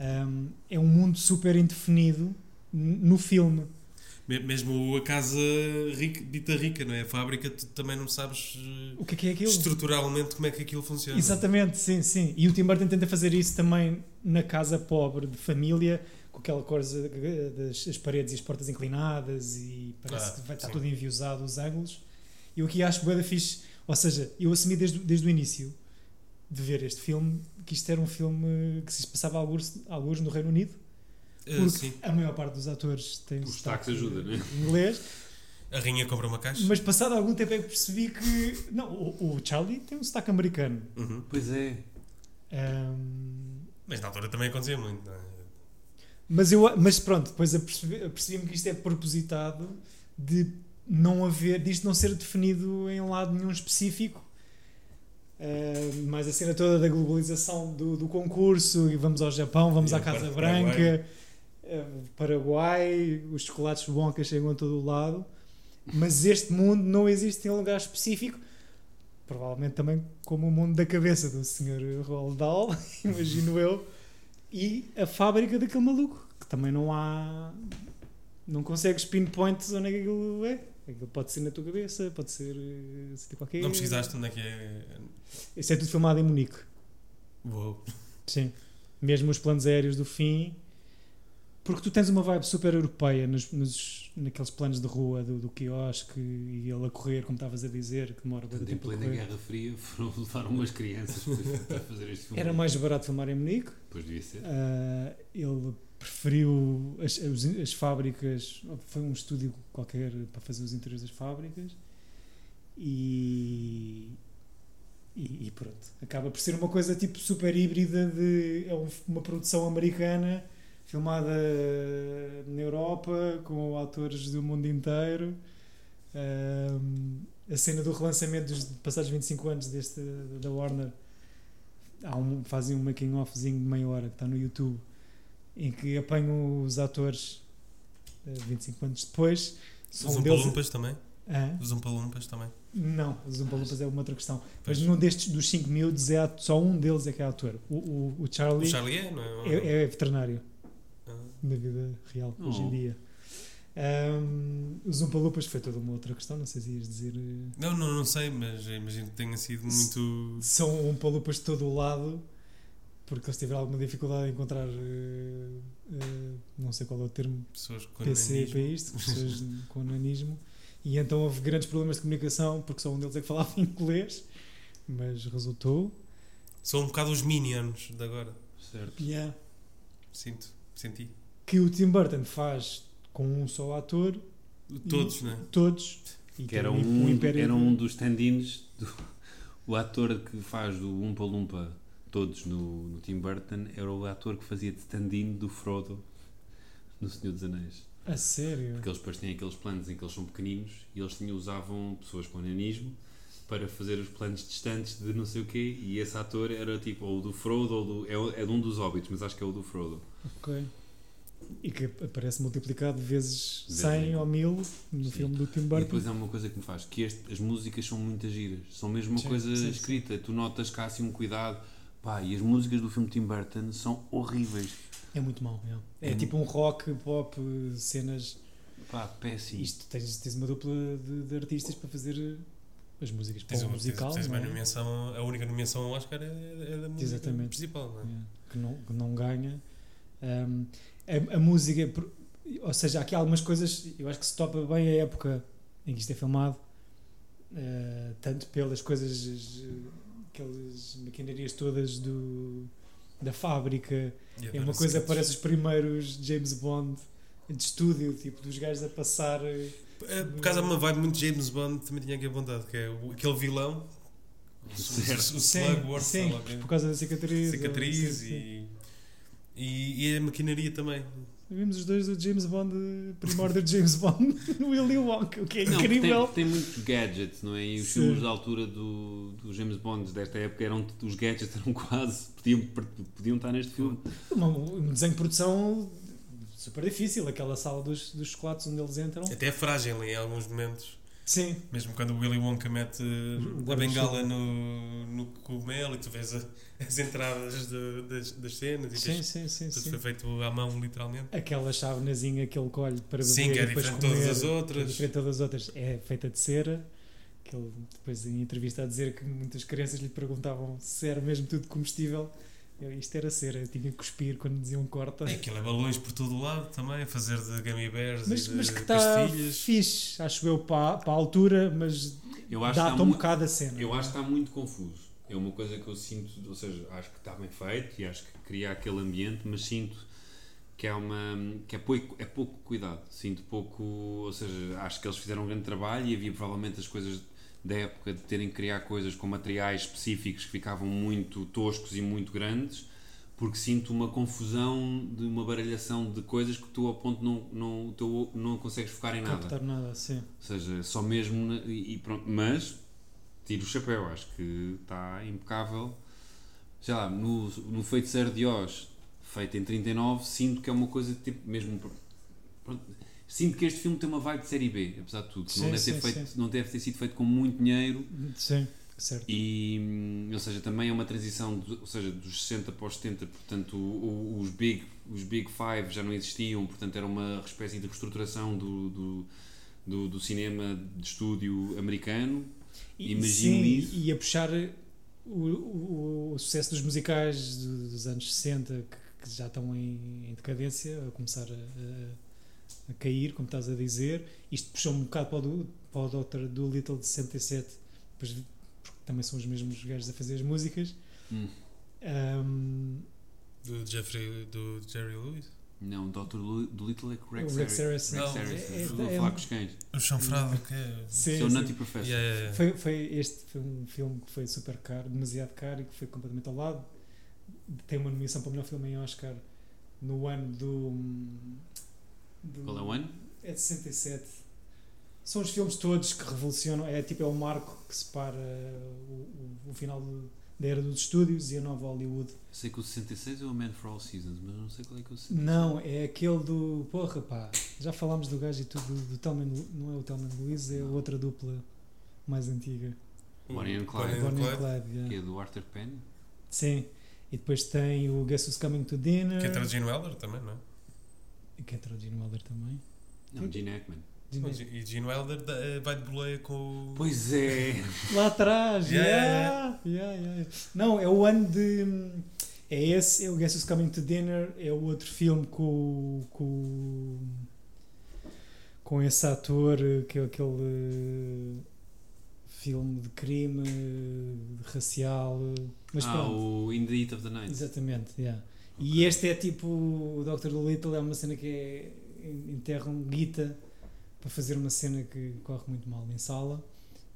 S2: ahm, é um mundo super indefinido n- no filme.
S3: Me- Mesmo a casa rica, dita rica, não é? A fábrica, tu também não sabes eh,
S2: O que é que é aquilo?
S3: estruturalmente como é que aquilo funciona.
S2: Exatamente, sim, sim. E o Tim Burton tenta fazer isso também na casa pobre de família, com aquela coisa eh, das as paredes e as portas inclinadas e parece
S3: Ah,
S2: que vai estar
S3: sim.
S2: tudo enviosado os ângulos. Eu aqui acho bué da fixe, ou seja, eu assumi desde, desde o início de ver este filme que isto era um filme que se passava alguns, alguns no Reino Unido,
S3: Eh,
S2: porque
S3: sim.
S2: a maior parte dos atores tem
S4: Os sotaques ajudam, né?
S2: inglês.
S3: A rainha compra uma caixa.
S2: Mas passado algum tempo é que percebi que. Não, o, o Charlie tem um sotaque americano.
S3: Uhum.
S4: Pois é.
S2: Ahm,
S3: Mas na altura também acontecia muito, não é?
S2: Mas, eu, mas pronto, depois apercebi- apercebi-me que isto é propositado de não haver, disto não ser definido em lado nenhum específico. Ah, mas a cena toda da globalização do, do concurso e vamos ao Japão, vamos
S3: E
S2: à
S3: ao
S2: Casa
S3: Paraguai.
S2: Branca, ah, Paraguai, os chocolates Wonka chegam a todo o lado, mas este mundo não existe em lugar específico, provavelmente também como o mundo da cabeça do Sr. Roald Dahl, imagino eu, e a fábrica daquele maluco, que também não há. Não consegues pinpoint onde é que aquilo é. Aquilo pode ser na tua cabeça, pode ser. eh, sítio qualquer.
S3: Não pesquisaste onde é que é.
S2: Isso é tudo filmado em Munique.
S3: Uou.
S2: Sim. Mesmo os planos aéreos do fim. Porque tu tens uma vibe super europeia nos, nos- naqueles planos de rua do, do quiosque e ele a correr, como estavas a dizer, que demora muito
S4: Portanto, em
S2: tempo a
S4: plena
S2: correr.
S4: Guerra Fria foram levar umas crianças para fazer este filme.
S2: Era mais barato filmar em Munique.
S4: Pois devia ser.
S2: Ah, ele preferiu as, as, as fábricas, foi um estúdio qualquer para fazer os interiores das fábricas e, e, e pronto. Acaba por ser uma coisa tipo super híbrida de é um- uma produção americana filmada na Europa com atores do mundo inteiro. Ahm, a cena do relançamento dos passados 25 anos deste, da Warner há um- fazem um making offzinho de meia hora que está no YouTube em que apanham os atores eh, 25 anos depois só
S3: Os
S2: um deles
S3: umpalumpas também.
S2: Hã?
S3: Os umpalumpas também.
S2: não, os Zumpa Lumpas é uma outra questão mas num destes dos 5 miúdos é ato- só um deles é que é ator o, o, o
S3: O
S2: Charlie,
S3: Charlie é, não é?
S2: é, é veterinário
S3: Ah.
S2: na vida real hoje
S4: Oh.
S2: em dia Ahm, os Zumpa Lupas foi toda uma outra questão não sei se ias dizer eh,
S3: Não, não, não sei, mas imagino que tenha sido
S2: S-
S3: muito.
S2: são um palupas de todo o lado porque eles tiveram alguma dificuldade em encontrar eh, eh, não sei qual é o termo
S3: Pessoas com
S2: PC para
S3: nanismo.
S2: isto, pessoas com nanismo e então houve grandes problemas de comunicação porque só um deles é que falava inglês mas resultou
S3: São um bocado os Minions de agora.
S4: Certo.
S2: Yeah.
S3: Sinto. Senti.
S2: que o Tim Burton faz com um só ator
S3: Todos, não é?
S2: Todos. E
S4: Que era
S2: tem
S4: um,
S2: império-
S4: era um dos stand-ins do o ator que faz do Umpa Lumpa todos no, no Tim Burton era o ator que fazia de stand-in do Frodo no Senhor dos Anéis.
S2: A sério?
S4: Porque eles depois têm aqueles planos em que eles são pequeninos e eles tinham, usavam pessoas com ananismo para fazer os planos distantes de não sei o quê e esse ator era tipo ou do Frodo ou do, é, o- é de um dos Hobbits, mas acho que é o do Frodo.
S2: Ok. E que aparece multiplicado vezes
S4: Vezes
S2: 100
S4: mil.
S2: ou 1000 no
S4: Sim.
S2: filme do Tim
S4: E
S2: Burton.
S4: depois é uma coisa que me faz, que este- as músicas são muitas giras, são mesmo uma
S2: Sim,
S4: coisa
S2: sim, sim.
S4: escrita, tu notas cá assim um cuidado, pá, e as músicas do filme Tim Burton são horríveis,
S2: É muito mau. É,
S3: Hum.
S2: É
S4: É
S2: tipo um rock, pop, cenas.
S4: pá, péssimo.
S2: Isto tens, tens uma dupla de, de artistas para fazer eh, as músicas para
S3: Tens,
S2: o
S3: uma-
S2: musical.
S3: tens, tens
S2: não
S3: uma
S2: é?
S3: nomeação, a única nomeação ao Oscar é, é da música
S2: Exatamente.
S3: principal, não é?
S2: É, que, não, que não ganha. Um, a, a música, por- ou seja, há aqui algumas coisas, eu acho que se topa bem a época em que isto é filmado, eh, tanto pelas coisas, eh, aquelas maquinarias todas do, da fábrica,
S3: E
S2: é uma
S3: aparece
S2: coisa,
S3: antes.
S2: parece os primeiros James Bond de estúdio, tipo, dos gajos a passar. eh,
S3: É, por causa de uma vibe muito James Bond, também tinha aqui a vontade, que é o- aquele vilão, o, o,
S4: Certo.
S3: o Slugworth,
S2: sim,
S3: sei lá o quê.
S2: por causa da cicatriz.
S3: É. cicatriz
S2: sim, sim.
S3: e, e, e a maquinaria também.
S2: Vimos os dois do James Bond, eh, primórdio de James Bond, no Willy Wonka, o que é
S4: Não, porque
S2: incrível.
S4: tem, tem muitos gadgets, não é? E os
S2: Sim.
S4: filmes da altura do, do James Bond desta época eram os gadgets eram quase podiam, podiam estar neste filme.
S2: Uma- um desenho de produção super difícil, aquela sala dos, dos chocolates onde eles entram.
S3: Até é frágil em alguns momentos.
S2: Sim,
S3: Mesmo quando o Willy Wonka mete
S2: Hum, guarda-chuva.
S3: a bengala no, no cogumelo e tu vês a- as entradas de- das, das cenas e
S2: sim,
S3: tens-
S2: sim, sim.
S3: tudo
S2: sim.
S3: foi feito à mão, literalmente.
S2: Aquela chávenazinha que ele colhe para beber
S3: Sim, que é
S2: e depois
S3: diferente de
S2: comer,
S3: todas as
S2: que é
S3: outras.
S2: diferente de todas as outras, é feita de cera. Que ele depois em entrevista a dizer que muitas crianças lhe perguntavam se era mesmo tudo comestível. Eu, isto era cera, eu tinha que cuspir quando diziam corta.
S3: É, aquilo é balões por todo o lado também, a fazer de gummy bears
S2: Mas,
S3: e de
S2: mas que está
S3: pastilhas.
S2: fixe, acho eu, para, para a altura, mas
S4: Eu acho que
S2: dá-te
S4: está
S2: um
S4: muito,
S2: bocado a cena.
S4: eu acho que está muito confuso. É uma coisa que eu sinto, ou seja, acho que está bem feito e acho que cria aquele ambiente, mas sinto que é uma que é pouco, é pouco cuidado. Sinto pouco, ou seja, acho que eles fizeram um grande trabalho e havia provavelmente as coisas da época de terem que criar coisas com materiais específicos que ficavam muito toscos e muito grandes, porque sinto uma confusão de uma baralhação de coisas que tu ao ponto não não tu não consegues focar em nada.
S2: captar nada, sim.
S4: Ou seja, só mesmo. na- e, e pronto, mas tiro o chapéu, acho que está impecável. Já lá, no, no Feiticeiro de Oz, feito em 39, sinto que é uma coisa de tipo mesmo. pr- pronto, sinto que este filme tem uma vibe de série B, apesar de tudo. que
S2: Sim,
S4: não, deve
S2: sim,
S4: ter feito, não deve ter sido feito com muito dinheiro.
S2: Sim, certo.
S4: E, hum, ou seja, também é uma transição, do- ou seja, dos 60 para os 70, portanto, o- o- os, big, os Big Five já não existiam, portanto, era uma espécie de reestruturação do, do, do- do cinema de estúdio americano.
S2: E-
S4: Imagino
S2: sim,
S4: isso.
S2: E a puxar o, o- o sucesso dos musicais do- dos anos 60, que, que já estão em, em decadência, a começar a, a- a cair, como estás a dizer. Isto puxou um bocado para o, do, para o Doctor do Little de 67, pois, porque também são os mesmos gajos a fazer as músicas. Um,
S4: Hum.
S2: Ahm,
S3: Do Jeffrey, do Jerry Lewis.
S4: Não, Dr. Lu- Dolittle é que Rex,
S2: O Rex Harrison.
S4: Harrison. Rex
S3: Não,
S4: Harrison.
S2: é-
S4: Estou a
S2: é-
S4: falar
S2: é-
S4: com os cães.
S3: O chanfrado que é.
S2: sim,
S4: Sou
S2: sim.
S4: Nutty Professor.
S3: Yeah, yeah, yeah.
S2: Foi, foi- este foi um filme que foi super caro, demasiado caro e que foi completamente ao lado. Tem uma nomeação para o melhor filme em Oscar no ano do. hum, do-
S4: Qual é o ano?
S2: É de 67. São os filmes todos que revolucionam, é tipo é o marco que separa o, o- o final do- da era dos estúdios e a nova Hollywood.
S4: Sei que o 66 é o Man for All Seasons, mas não sei qual é que é o 66.
S2: Não, é aquele do. Porra, pá, já falámos do gajo e tudo, do, do Thelma e Lu- não é o Telman Luiz, é outra dupla mais antiga.
S4: Bonnie and Clyde.
S3: Bonnie and
S2: Bonnie and
S3: Clyde,
S2: Clyde, yeah.
S4: Que é do Arthur Penn.
S2: Sim. E depois tem o Guess Who's Coming to Dinner.
S3: Que é o Gene Wilder também, não é?
S2: Que é entra o Gene Wilder também.
S4: Não, Gene Hackman.
S2: Gene-
S3: E Gene Wilder dá- eh, vai de boleia com o.
S4: Pois é!
S2: Lá atrás.
S3: Yeah,
S2: Yeah, yeah, yeah. Não, é o ano de... É esse, é o Guess Who's Coming to Dinner. É o outro filme com... o- Com, o- com esse ator eh, que é aquele... eh, Filme de crime eh, racial. eh, Mas
S4: ah,
S2: pronto.
S4: o In the Heat of the Night.
S2: Exatamente, yeah. E este é tipo o Dr. Dolittle, é uma cena que é enterram um guita para fazer uma cena que corre muito mal em sala,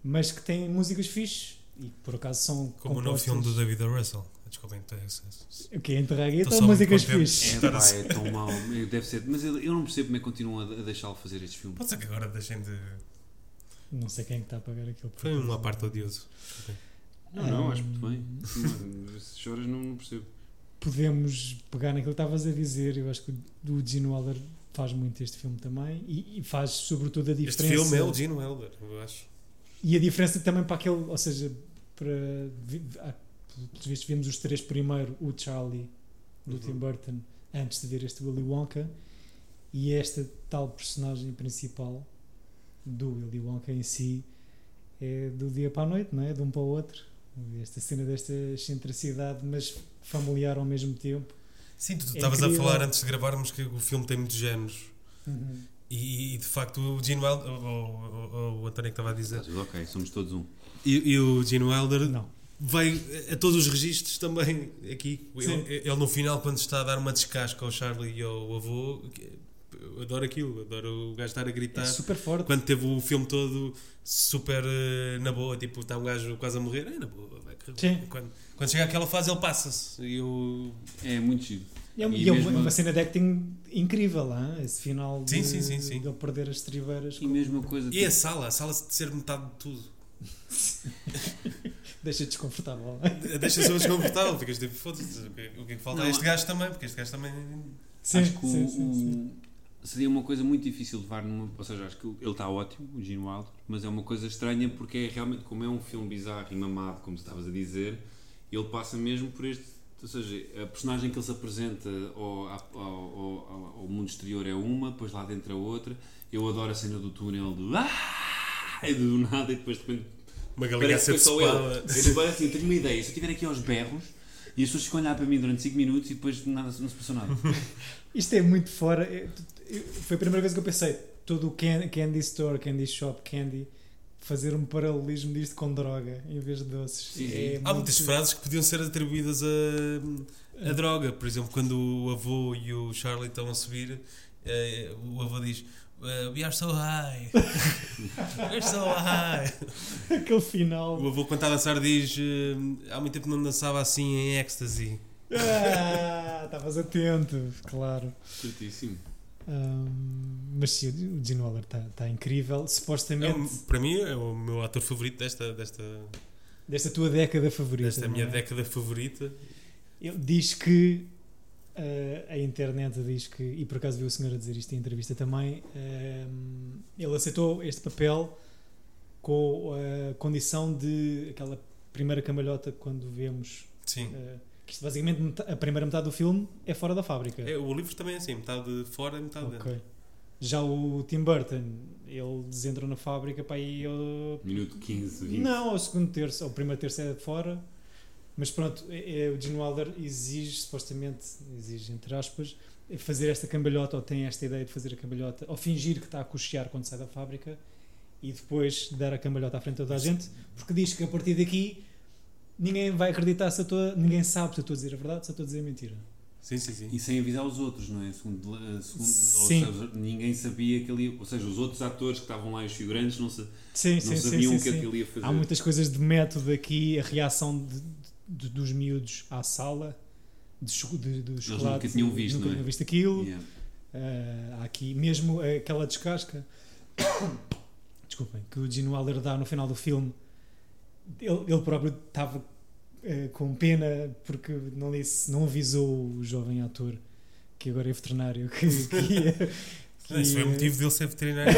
S2: mas que tem músicas fixes e que por acaso são.
S3: Como o novo filme do David O. Russell. Desculpem, ter acesso.
S2: O que é Enterrague?
S3: Estou
S2: Então,
S3: só muito
S2: músicas
S3: contente.
S2: fixes.
S4: É,
S3: Estar
S4: pá,
S3: assim.
S4: é tão mau. Eu- Deve ser. Mas eu eu não percebo como é que continuam a, a deixá-lo fazer estes filmes.
S3: Pode ser que agora deixem de.
S2: Não sei quem é que está a pagar aquilo. por
S3: Foi uma
S2: acaso.
S3: parte odioso.
S4: Não, não, acho muito bem. Não, Se choras, não, não percebo.
S2: podemos pegar naquilo que estavas a dizer. Eu acho que o- o Gene Wilder faz muito este filme também e, e faz sobretudo a diferença.
S3: Este filme é o Gino Elder, eu acho.
S2: E a diferença também para aquele, ou seja, para vi- há- pelos vistos vimos os três primeiro, o Charlie do
S3: Uhum.
S2: Tim Burton, antes de ver este Willy Wonka e esta tal personagem principal do Willy Wonka em si é do dia para a noite, não é? De um para o outro. Esta cena desta excentricidade, mas familiar ao mesmo tempo.
S3: Sim, tu
S2: É
S3: estavas a
S2: incrível.
S3: falar Uhum. antes de gravarmos que o filme tem muitos géneros. E, e, de facto o Gene Wilder, o, o, o, o António que estava a dizer,
S4: Mas, Tá ok, somos todos um.
S3: e, e o Gene Wilder
S2: Não.
S3: vai a todos os registros também aqui.
S2: Sim.
S3: Ele, ele no final, quando está a dar uma descasca ao Charlie e ao avô, que- eu adoro aquilo, adoro o gajo estar a gritar.
S2: É super forte.
S3: Tá. Quando teve o filme todo super eh, na boa, tipo, está um gajo quase a morrer, é na boa, vai correr bem.
S2: Sim.
S3: Quando, quando chega àquela fase, ele passa-se. E eu.
S4: É muito giro.
S2: E é,
S4: E
S2: e é uma-
S4: mesmo-
S2: uma cena de acting incrível, hein? esse final de,
S3: Sim, sim, sim, sim.
S2: de ele perder as tribeiras.
S4: E é mesma coisa. tipo,
S3: E é a sala, a sala de ser metade de tudo.
S2: Deixa desconfortável.
S3: Deixa-se desconfortável, ficas tipo, foda-se, o que, o que é que falta a
S4: Não,
S3: este
S4: há-
S3: gajo também? Porque este gajo também.
S2: Sim,
S4: acho que o-
S2: sim, sim, sim.
S4: o- seria uma coisa muito difícil de levar numa. Ou seja, acho que ele está ótimo, o Gene Wilder, mas é uma coisa estranha porque é realmente, como é um filme bizarro e mamado, como tu estavas a dizer, ele passa mesmo por este. Ou seja, a personagem que ele se apresenta ao, ao- ao- ao- ao mundo exterior é uma, depois lá dentro é outra. Eu adoro a cena do túnel do. Ah! E do nada, e depois de repente
S3: Uma galinha a
S4: Parece
S3: ser
S4: que sou
S3: dissipada.
S4: eu. Eu agora assim, eu tenho uma ideia. Se eu estiver aqui aos berros e as pessoas ficam a olhar para mim durante 5 minutos e depois nada, não se passou nada.
S2: Isto é muito fora. Eu- eu- Foi a primeira coisa que eu pensei. Todo o can- candy store, candy shop, candy. Fazer um paralelismo disto com droga em vez de doces.
S4: Sim, sim.
S2: É
S3: Há Ah, muitas
S2: muito-
S3: frases que podiam ser atribuídas a, a droga. Por exemplo, quando o avô e o Charlie estão a subir, eh, o avô diz: eh, We are so high. We are so high.
S2: Aquele final.
S3: O avô, quando está a dançar, diz: eh, Há muito tempo não dançava assim em ecstasy.
S2: Ah, Estavas atento, claro.
S4: Certíssimo.
S2: Ahm, mas sim, o Gene Waller está incrível.
S3: É
S2: Supostamente,
S3: o- para mim, é o meu ator favorito desta, desta,
S2: desta tua década favorita.
S3: desta minha
S2: não é?
S3: década favorita.
S2: Ele diz que eh, a internet diz que, e por acaso viu o senhor a dizer isto em entrevista também, ehm, ele aceitou este papel com a condição de aquela primeira cambalhota quando vemos
S3: Sim.
S2: eh, que isto basicamente meta- a primeira metade do filme é fora da fábrica.
S3: É, o livro também é assim: metade fora, metade dentro.
S2: Ok. Já o Tim Burton, eles entram na fábrica para aí ao-
S4: Minuto 15, 20.
S2: não, ao segundo terço, ao primeiro terço é de fora. Mas pronto, é, é, o Gene Wilder exige, supostamente, exige entre aspas, é fazer esta cambalhota, ou tem esta ideia de fazer a cambalhota, ou fingir que está a cochear quando sai da fábrica e depois dar a cambalhota à frente de toda a gente, porque diz que a partir daqui ninguém vai acreditar se eu estou, ninguém sabe se eu estou a dizer a verdade, se eu estou a dizer a mentira.
S3: Sim, sim, sim.
S4: E sem avisar os outros, não é? Segundo, eh, segundo-
S2: Sim.
S4: Ou seja, ninguém sabia que ele ia. Ou seja, os outros atores que estavam lá, os figurantes, não, sa-
S2: Sim, sim,
S4: não
S2: sim,
S4: sabiam
S2: sim,
S4: o que é
S2: sim.
S4: que ele ia fazer.
S2: Há muitas coisas de método aqui, a reação de- de- dos miúdos à sala, de, cho- de, do chocolate.
S4: nunca tinham visto,
S2: nunca
S4: não é?
S2: tinham visto aquilo.
S4: Yeah.
S2: Ah, há aqui mesmo aquela descasca. Desculpem, que o Gene Wilder dá no final do filme. Ele, ele próprio estava eh, com pena porque não, disse, não avisou o jovem ator que agora é veterinário que, que ia. que
S3: Isso foi o
S4: um
S2: ia-
S3: motivo dele ser veterinário.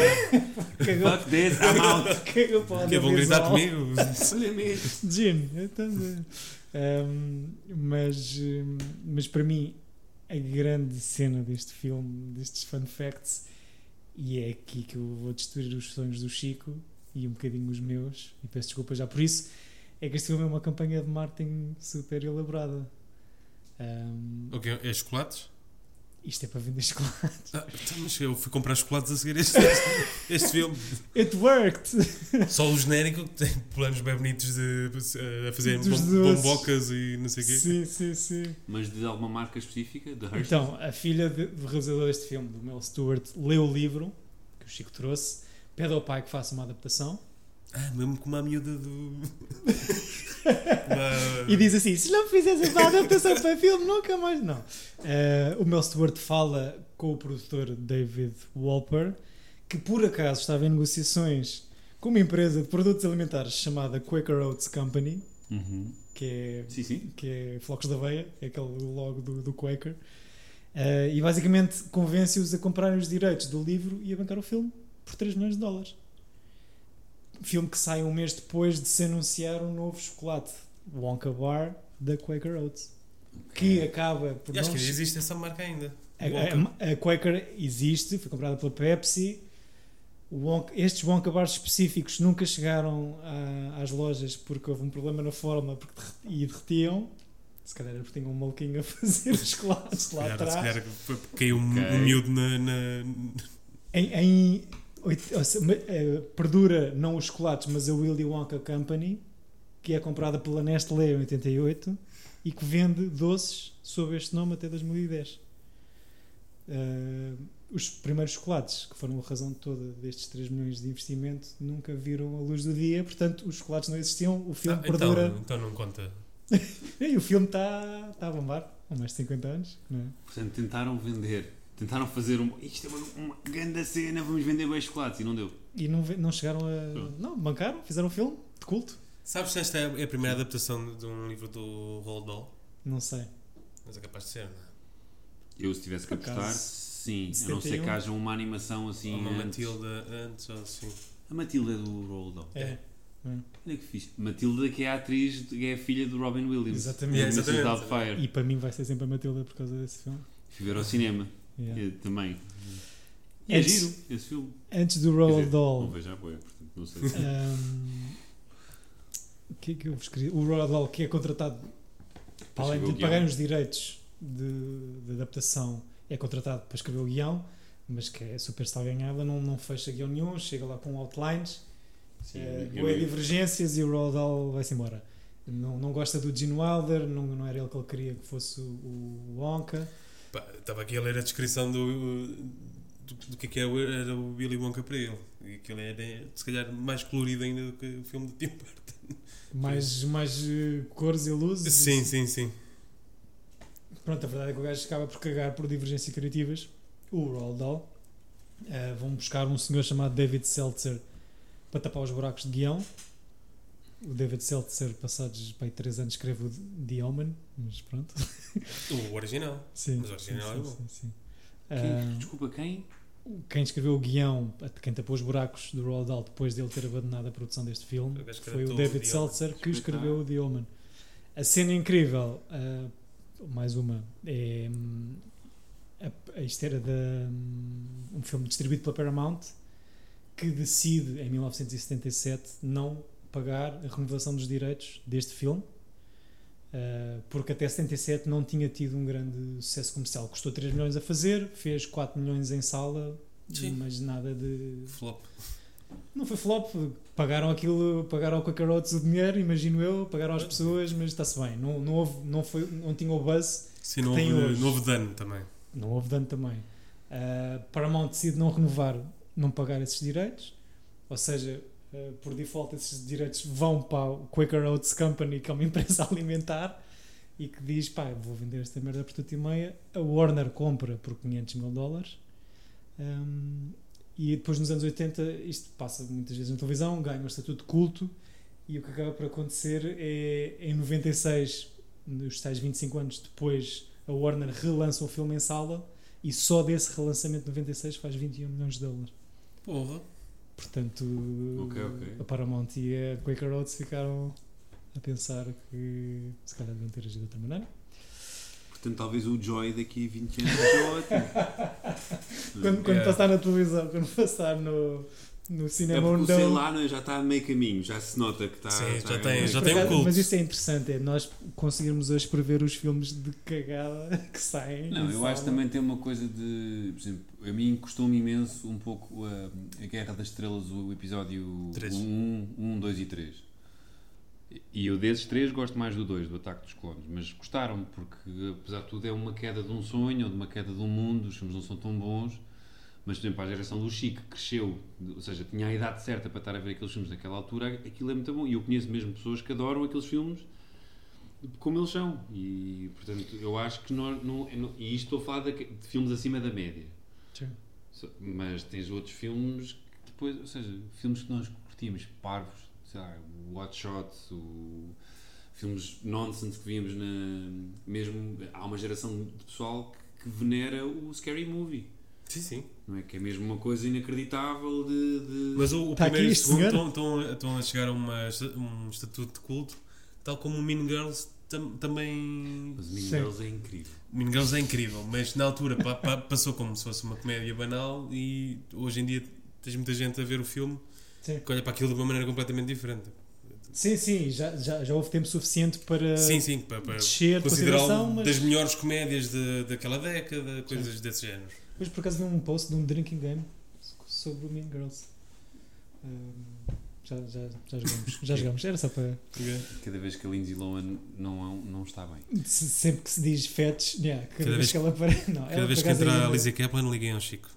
S2: Cagou,
S4: Fuck this, I'm out!
S2: cagou para o
S4: é
S3: Que vão é gritar
S2: audiovisual.
S3: comigo?
S4: Olha-me isto.
S2: Jim, eu também. Ahm, mas, hum, mas para mim, a grande cena deste filme, destes fun facts, e é aqui que eu vou destruir os sonhos do Chico e um bocadinho os meus, e peço desculpa já por isso, é que este filme é uma campanha de marketing super elaborada. Ahm,
S3: Ok, é chocolates?
S2: isto é para vender chocolate.
S3: Ah, então, mas eu fui comprar chocolates a seguir este, este filme.
S2: It worked!
S3: Só o genérico que tem planos bem bonitos de, eh, a fazer
S2: Dos
S3: bom,
S2: doces.
S3: bombocas e não sei o quê.
S2: sim, sim, sim.
S4: Mas de alguma marca específica? De Hershey?
S2: Então, a filha de- do realizador deste filme, do Mel Stewart, leu o livro, que eu o Chico trouxe, pede ao pai que faça uma adaptação
S3: Ah, mesmo com uma miúda do.
S2: e diz assim: se não fizesse essa adaptação para filme, nunca mais. Não. Eh, o Mel Stewart fala com o produtor David Walper, que por acaso estava em negociações com uma empresa de produtos alimentares chamada Quaker Oats Company, que é
S4: Uhum. Sim, sim.
S2: que é Flocos da Veia, é aquele logo do, do Quaker. Eh, e basicamente convence-os a comprarem os direitos do livro e a bancar o filme por 3 milhões de dólares. Filme que sai um mês depois de se anunciar um novo chocolate, Wonka Bar, da Quaker Oats. Que acaba por
S3: E acho
S2: não
S3: que existe essa marca ainda.
S2: a, a- a Quaker existe, foi comprada pela Pepsi. O Wonka- estes Wonka Bars específicos nunca chegaram a- às lojas porque houve um problema na forma porque derre- e derretiam. Se calhar era porque tinha um maluquinho a fazer os classes lá
S3: Se calhar-
S2: atrás.
S3: se calhar foi porque caiu um-
S4: Ok.
S3: um miúdo na. na-
S2: Em, em oit- ou seja, ma- eh, perdura não os chocolates, mas a Willy Wonka Company, que é comprada pela Nestlé em 88 e que vende doces sob este nome até 2010. Eh, os primeiros chocolates, que foram a razão toda destes 3 milhões de investimento, nunca viram a luz do dia, portanto os chocolates não existiam, o filme
S3: Ah,
S2: perdura.
S3: então, então não conta.
S2: E o filme está tá a bombar há mais de 50 anos, não é?
S4: Portanto, tentaram vender. Tentaram fazer um. Isto é uma, uma grande cena, vamos vender bem chocolates. E não deu.
S2: E não, ve- não chegaram
S3: Hum.
S2: a. Não, bancaram, fizeram um filme de culto.
S3: Sabes se esta é a primeira adaptação de um livro do Roald Dahl?
S2: Não sei.
S3: Mas é capaz de ser, não é?
S4: Eu, se tivesse que
S2: Por acaso,
S4: apostar, sim. A não ser
S2: 71.
S4: que haja uma animação assim.
S3: Ou uma
S4: antes.
S3: Matilda antes ou assim.
S4: A Matilda é do Roald Dahl.
S2: É.
S4: Olha que fixe. Matilda, que é a atriz, que é a filha do Robin Williams. É,
S2: Exatamente.
S4: Do Mrs.
S3: Exatamente.
S4: Doubtfire.
S2: E para mim vai ser sempre a Matilda por causa desse filme.
S4: Fui ver ao cinema
S2: Yeah.
S4: eh, também. E é
S2: Antes- Oh.
S4: giro esse filme.
S2: Antes do
S4: Quer
S2: Roald
S4: dizer, Não
S2: Dahl.
S4: vejo a apoio, portanto, não sei. se-
S2: ahm, O que é que eu vos queria? O Roald Dahl que é contratado, para além
S4: escrever
S2: de
S4: o
S2: lhe
S4: guião.
S2: pagar os direitos de, de adaptação, é contratado para escrever o guião, mas que é super salganhada, não, não fecha guião nenhum, chega lá com outlines,
S4: Sim,
S2: eh,
S4: eu-
S2: boa
S4: eu-
S2: divergências e o Roald Dahl vai-se embora. Não, não gosta do Gene Wilder, não, não era ele que ele queria que fosse o, o Wonka.
S3: Pá, eu Estava aqui a ler a descrição do, do, do que é que era, o- era o Willy Wonka para ele. E aquilo era, se calhar, mais colorido ainda do que o filme de Tim Burton.
S2: Mais, mais eh, cores e luzes.
S3: Sim, sim, sim.
S2: Pronto, a verdade é que o gajo acaba por cagar por divergências criativas. O Roald Dahl. Eh, vão buscar um senhor chamado David Seltzer para tapar os buracos de guião. O David Seltzer, passados bem 3 anos, escreve o The Omen, mas pronto.
S3: O original.
S2: Sim,
S3: Mas o original é bom.
S2: sim, sim.
S4: Quem,
S2: Ah,
S4: desculpa, quem?
S2: quem escreveu o guião, quem tapou os buracos do Roald Dahl depois dele ter abandonado a produção deste filme,
S3: O gajo que
S2: foi o
S3: adaptou
S2: David
S3: The
S2: Seltzer que
S4: Espetacular.
S2: escreveu o The Omen. A cena incrível, ah, mais uma, é, hum, a- a, isto era de hum, um filme distribuído pela Paramount que decide em 1977 não pagar a renovação dos direitos deste filme. ah, porque até 77 não tinha tido um grande sucesso comercial. Custou 3 milhões a fazer, fez 4 milhões em sala,
S3: Sim.
S2: mas nada de
S3: Flop.
S2: não foi flop, pagaram aquilo, pagaram ao Cacarotes o dinheiro, imagino eu, pagaram às pessoas, mas está-se bem. Não, não, houve, não, foi, não tinha o buzz,
S3: Sim, não
S2: Tem
S3: houve,
S2: hoje.
S3: não houve dano também.
S2: não houve dano também. Ah, Paramount decide não renovar, não pagar esses direitos, ou seja, ah, por default esses direitos vão para o Quaker Oats Company, que é uma empresa alimentar, e que diz, pá, vou vender esta merda por tudo e meia. A Warner compra por 500 mil dólares. Um, e depois nos anos 80, isto passa muitas vezes na televisão, ganha um estatuto de culto, e o que acaba por acontecer é em 96, nos tais 25 anos depois, a Warner relança o filme em sala, e só desse relançamento de 96 faz 21 milhões de dólares.
S3: Porra.
S2: Portanto,
S4: Ok, ok.
S2: a Paramount e a Quaker Oats ficaram a pensar que se calhar deviam ter agido de outra maneira.
S4: Portanto, talvez o Joy daqui a 20 anos seja ótimo. Hum,
S2: Quando, quando
S3: Yeah.
S2: passar na televisão, quando passar no, no
S4: É
S2: cinema um
S4: porque o
S2: onde
S4: sei
S2: eu-
S4: lá não é? já está a meio caminho, já se nota que está.
S3: Sim,
S4: está
S3: já
S4: a
S3: tem-
S4: ganhar.
S3: já
S2: Por
S3: tem um
S2: acaso-
S3: culto.
S2: Mas isso é interessante, é nós conseguirmos hoje prever os filmes de cagada que saem.
S4: Não,
S2: e
S4: eu acho que
S2: saem.
S4: também tem uma coisa de. Por exemplo, a mim custou-me imenso um pouco a, a Guerra das Estrelas, o episódio
S3: Três.
S4: 1, 1, 2 e 3. E eu desses três gosto mais do 2, do Ataque dos Clones, mas custaram-me, porque apesar de tudo é uma queda de um sonho ou de uma queda de um mundo, os filmes não são tão bons, Mas, por exemplo, a geração do Chico que cresceu, ou seja, tinha a idade certa para estar a ver aqueles filmes naquela altura, aquilo é muito bom. E eu conheço mesmo pessoas que adoram aqueles filmes como eles são. E, portanto, eu acho que nós. Não, eu não- e isto estou a falar de, de filmes acima da média.
S2: Sim.
S4: So- Mas tens outros filmes que depois. Ou seja, filmes que nós curtimos, parvos, sei lá, o Hot Shots, o. Filmes nonsense que víamos na. Mesmo. Há uma geração de pessoal que, que venera o Scary Movie.
S3: Sim, sim.
S4: Não é? Que é mesmo uma coisa inacreditável de. de-
S3: Mas o, o
S2: Tá
S3: primeiro
S2: aqui
S3: e o
S2: este
S3: segundo
S2: senhor?
S3: estão, estão, estão a chegar a uma esta- um estatuto de culto, tal como o Mean Girls tam- também.
S4: Mas o Mean
S2: Sim.
S4: Girls é incrível.
S3: Mean Girls é incrível, mas na altura pa- pa- passou como se fosse uma comédia banal e hoje em dia tens muita gente a ver o filme
S2: Sim.
S3: que olha para aquilo de uma maneira completamente diferente.
S2: Sim, sim, já, já, já houve tempo suficiente para.
S3: Sim, sim, para, para
S2: Eh, descer de
S3: considerá-lo
S2: consideração, mas-
S3: das melhores comédias de- daquela década, coisas desse género.
S2: Mas por acaso vi um post de um drinking game sobre o Mean Girls. Ahm, já, já, já jogamos. Já jogamos. Era só para.
S4: Cada vez que a Lindsay Lohan não, não está bem.
S2: se- Sempre que se diz fetch, yeah, cada,
S3: Cada
S2: vez,
S3: vez-
S2: que ela aparece. Não,
S3: Cada vez que entrar a Lizzie Kaplan, liguem ao Chico.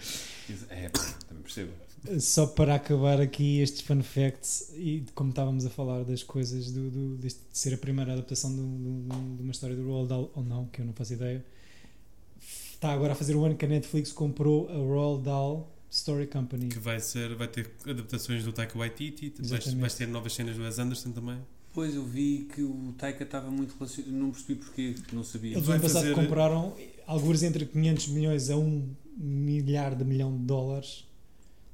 S4: Isso- É, pá, também percebo.
S2: Só para acabar aqui estes fun facts e de como estávamos a falar das coisas do, do- deste de ser a primeira adaptação de, um- de um- de uma história do Roald Dahl ou não, que eu não faço ideia. Está agora a fazer um ano que a Netflix comprou a Roald Dahl Story Company.
S3: Que vai, ser, vai ter adaptações do Taika Waititi, vais,
S2: Exatamente.
S3: vais ter novas cenas do Wes Anderson também.
S4: Pois eu vi que o Taika estava muito relacionado. Não percebi porquê, não sabia.
S2: Eles
S3: vai
S2: no ano passado
S3: fazer-
S2: compraram alguns entre 500 milhões a 1 milhar de milhão de dólares,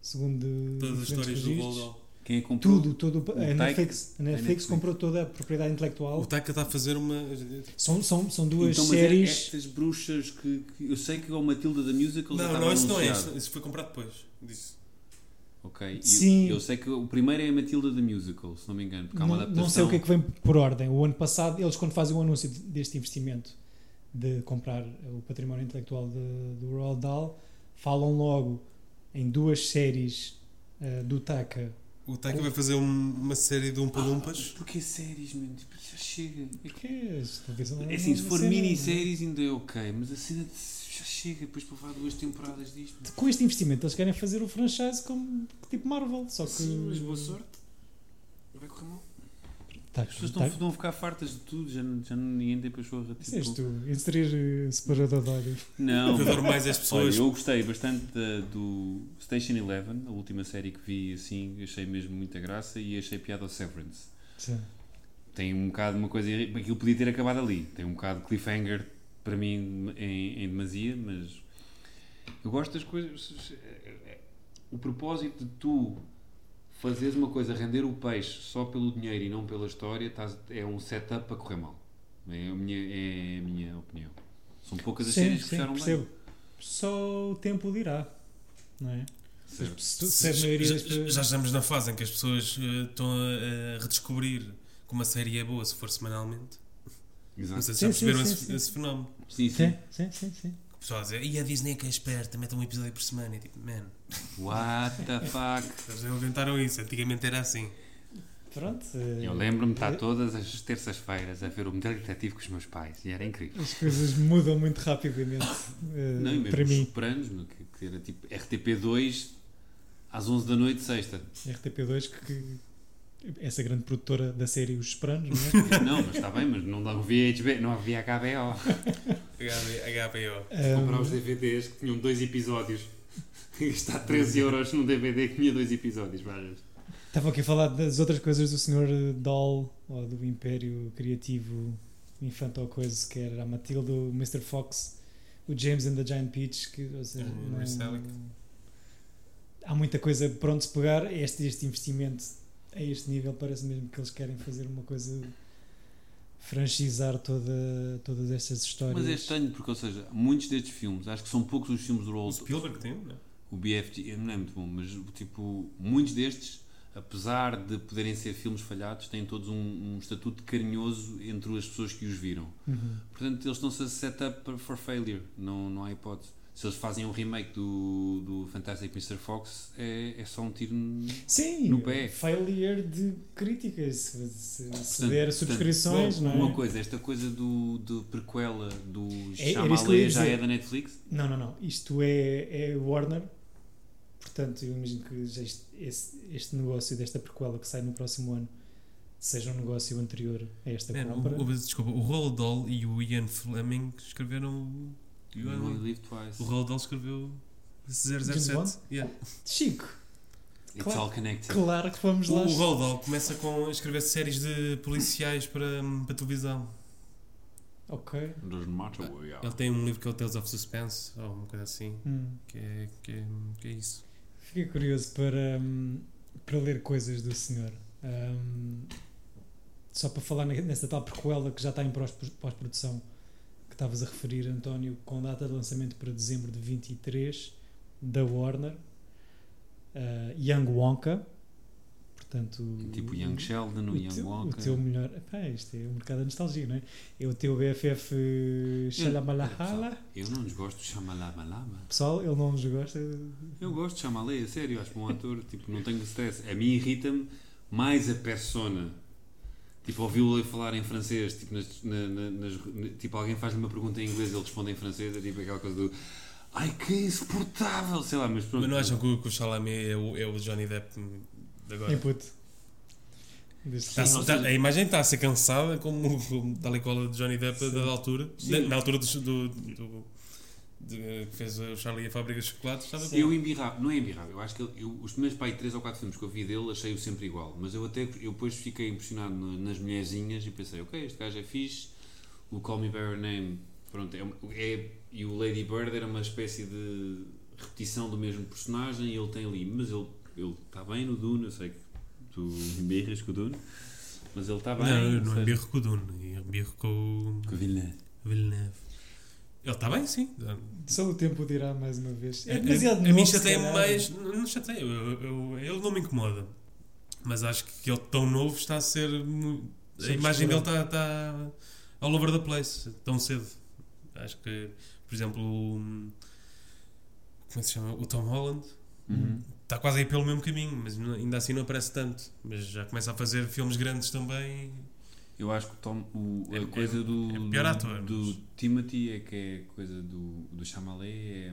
S2: segundo
S3: Todas as
S2: diferentes
S3: histórias do
S2: registros.
S3: Goldal.
S4: Quem é que comprou?
S2: Tudo, tudo.
S4: Taika-
S2: A Netflix, a Netflix
S4: Netflix.
S2: comprou toda a propriedade intelectual.
S3: O Taika está a fazer uma.
S2: São, são, são duas
S4: Então, mas é
S2: séries.
S4: estas bruxas que, que- Eu sei que é o Matilda da Musical já
S3: Não,
S4: estava
S3: não, isso não é.
S4: anunciado.
S3: Isso, isso foi comprado depois disso.
S4: Ok. eu-
S2: Sim.
S4: Eu, sei que o primeiro é a Matilda da Musical, se não me engano, porque há uma
S2: Não,
S4: adaptação.
S2: não sei o que é que vem por ordem. O ano passado, eles, quando fazem o anúncio de- deste investimento de comprar o património intelectual de- do Roald Dahl, falam logo em duas séries eh, do Taca
S3: O
S2: Oh.
S3: Taika vai fazer um- uma série de Umpa-Lumpas.
S4: Porque é séries, mano, tipo, já chega. É que-
S2: Que é esta televisão?
S4: É assim, se for minisséries ainda é ok, mas a cena de- já chega, depois para levar duas temporadas disto.
S2: Com este investimento, eles querem fazer o franchise como tipo Marvel, só que.
S4: Sim, mas boa sorte. Vai correr mal.
S2: Tá,
S4: As pessoas
S2: tá, é
S4: estão, tipo- vão ficar fartas de tudo, já, não- já não- ninguém tem para chorar.
S2: isso és tu, inserir eh, separador de óleo.
S4: Não,
S3: Eu adoro mais as
S4: Olha,
S3: pessoas.
S4: eu gostei bastante da- do Station Eleven, a última série que vi assim, achei mesmo muita graça e achei piada ao Severance.
S2: Sim.
S4: Tem um bocado uma coisa, aquilo podia ter acabado ali, tem um bocado de cliffhanger para mim em, em demasia, mas eu gosto das coisas. é, O propósito de tu fazeres uma coisa, render o peixe só pelo dinheiro e não pela história, estás- é um setup para correr mal. É a minha, é a minha opinião. São poucas as
S2: Sim,
S4: séries que
S2: sim,
S4: fecharam
S2: percebo.
S4: bem.
S2: Só o tempo dirá, não é?
S4: Certo.
S2: Se, tu- se a maioria
S3: já,
S2: das pessoas-
S3: já estamos na fase em que as pessoas eh, estão a, a redescobrir que uma série é boa se for semanalmente. Não
S4: Exato.
S3: sei se
S2: Sim,
S3: já
S2: sim,
S3: perceberam
S2: sim,
S3: esse,
S2: sim.
S3: esse fenómeno.
S4: Sim, sim.
S2: Sim, sim, sim, sim.
S3: O pessoal a dizer, e a Disney que é esperta, mete um episódio por semana. E tipo, man,
S4: What the fuck?
S3: eles inventaram isso. Antigamente era assim.
S2: Pronto. eh,
S4: Eu lembro-me de estar todas as terças-feiras a ver o modelo detetive com os meus pais e era incrível.
S2: As coisas mudam muito rapidamente eh,
S4: Não, e mesmo
S2: para
S4: os
S2: mim.
S4: Sopranos, meu, que, que era tipo RTP2 às 11 da noite, sexta.
S2: RTP2, que, que- essa grande produtora da série Os Sopranos, não é?
S4: Não, mas está bem, mas não dava- não havia HBO, não havia HBO.
S3: HBO.
S2: É, Eh,
S4: Comprar os DVDs que tinham dois episódios. Gastar 13 euros num DVD que tinha dois episódios, várias.
S2: Estava aqui a falar das outras coisas do Sr. Doll, ou do Império Criativo Infanto ou coisa, que era a Matilda, o Mr. Fox, o James and the Giant Peach, que, ou seja,
S3: O
S2: não-
S3: Henry Selick.
S2: há muita coisa para onde se pegar. Este, este investimento a este nível parece mesmo que eles querem fazer uma coisa franchizar toda, todas estas histórias.
S4: Mas é estranho, porque, ou seja, muitos destes filmes, acho que são poucos os filmes do
S3: O
S4: Roald
S3: Spielberg tem, um, não é?
S4: O BFG não é muito bom, mas tipo, muitos destes, apesar de poderem ser filmes falhados, têm todos um, um estatuto carinhoso entre as pessoas que os viram.
S2: Uhum.
S4: Portanto, eles estão-se a set up for failure, não, não há hipótese. Se eles fazem um remake do, do Fantastic Mr. Fox, é, é só um tiro. no-
S2: Sim,
S4: No pé.
S2: failure de críticas. Se, se, se
S4: Portanto,
S2: der
S4: portanto,
S2: subscrições,
S4: bom,
S2: não é?
S4: Uma coisa, esta coisa do, do prequela do
S2: É- era isso que eu
S4: Chamalé
S2: ia
S4: já
S2: dizer.
S4: é da Netflix?
S2: Não, não, não. Isto é, é Warner. Portanto, eu imagino que já este, esse- este negócio desta prequela que sai no próximo ano seja um negócio anterior a esta
S3: Man,
S2: compra.
S3: É, o, o, desculpa, o Roald Dahl e o Ian Fleming escreveram. o-
S4: You Only Live Twice.
S3: O Roald Dahl escreveu
S2: James Bond?
S3: 007. Yeah.
S2: Chico,
S4: It's
S2: claro.
S4: all connected.
S2: claro que vamos
S3: O,
S2: lá.
S3: o Roald Dahl começa com a escrever séries de policiais para, hum, para televisão.
S2: Ok.
S4: Doesn't matter where you
S3: Ele
S4: are.
S3: tem um livro que é o Tales of Suspense, ou uma coisa assim,
S2: Hum.
S3: que é, que é, que é isso.
S2: Fiquei curioso para, hum, para ler coisas do senhor. Hum, só para falar ne- nessa tal prequela que já está em prós- pós-produção que estavas a referir, António, com data de lançamento para dezembro de 23 da Warner, ah, Young Wonka, portanto
S4: Tipo Young Sheldon, o Young
S2: teu-
S4: Wonka.
S2: O teu melhor. Epá, isto é o mercado da nostalgia, não é? É o teu BFF eh, Shalamalahala.
S4: Eu não desgosto de Chamalama.
S2: Pessoal, ele não nos gosta.
S4: Eu gosto de Chamalé, a sério, acho bom ator, tipo, não tenho stress. A mim irrita-me mais a persona. Tipo, ouvi-lo falar em francês, tipo, nas, na- na- nas- na- tipo alguém faz-lhe uma pergunta em inglês ele responde em francês, é tipo aquela coisa do Ai que insuportável, sei lá, mas pronto.
S3: Mas não acham que o, que o Chalamet é o, é o Johnny Depp de agora?
S2: Input. Deste
S3: Tá-
S2: filme.
S3: tá- a imagem está a ser cansada como, como tal e qual a de Johnny Depp da altura. Da- na altura do, do, do- de- que fez o Charlie e a Fábrica de Chocolates. Estava
S4: Eu embirrava, não é embirrava, eu acho que ele- eu, os primeiros pai 3 ou 4 filmes que eu vi dele achei-o sempre igual, mas eu até eu depois fiquei impressionado na- nas mulherzinhas e pensei, ok, este gajo é fixe, o Call Me By Your Name, pronto, é, é- e o Lady Bird era uma espécie de repetição do mesmo personagem e ele tem ali, mas ele ele está bem no Dune, eu sei que tu embirras com o Dune, mas ele está bem.
S3: Não, eu não
S4: sei.
S3: embirro com o Dune, eu embirro com
S4: Com o Villeneuve.
S3: o Villeneuve. Ele está bem, sim.
S2: Só o tempo dirá mais uma vez.
S3: A-
S2: É
S3: a-
S2: demasiado
S3: A
S2: novo,
S3: mim
S2: se
S3: chateia
S2: calhar.
S3: mais. Não não chateia, eu- eu- ele não me incomoda. Mas acho que ele tão novo está a ser. mu- A
S2: Sim,
S3: imagem dele
S2: mistura.
S3: está, está all over the place, tão cedo. Acho que, por exemplo, o. Como é que se chama? O Tom Holland.
S4: Uhum.
S3: Está quase aí pelo mesmo caminho, mas não- ainda assim não aparece tanto. Mas já começa a fazer filmes grandes também.
S4: Eu acho que o Tom, o- a
S3: É-
S4: coisa
S3: é-
S4: do,
S3: é pior
S4: do,
S3: ator,
S4: do
S3: mas-
S4: Timothy é que é a coisa do, do Chamalet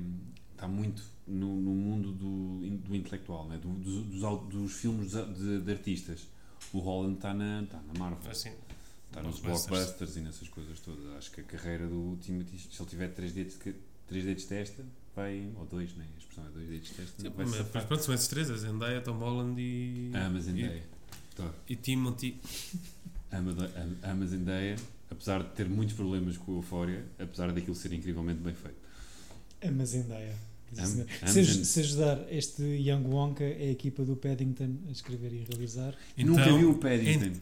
S4: está muito no, no mundo do, do intelectual, né? do, dos, dos, au- dos filmes de, de- de artistas. O Holland está na, tá na Marvel,
S3: Assim,
S4: está Tá nos
S3: blockbusters.
S4: blockbusters e nessas coisas todas. Acho que a carreira do Timothy, se ele tiver três dedos, de ca- três dedos desta, vai. ou dois, né? a expressão é dois dedos desta,
S3: sim,
S4: vai Ah,
S3: mas, mas
S4: safar.
S3: pronto, são esses três: a Zendaya, Tom Holland e.
S4: Amazon
S3: e,
S4: Day. Adoro.
S3: e Timothy.
S4: Amado- Am- Amazon Day, apesar de ter muitos problemas com a Euphoria, apesar daquilo ser incrivelmente bem feito.
S2: É Amazendaia.
S4: Am-
S2: Se- Se,
S4: Amazon-
S2: se ajudar este Young Wonka é a equipa do Paddington a escrever e realizar.
S4: Nunca
S3: Então,
S4: vi
S2: um
S4: o Paddington.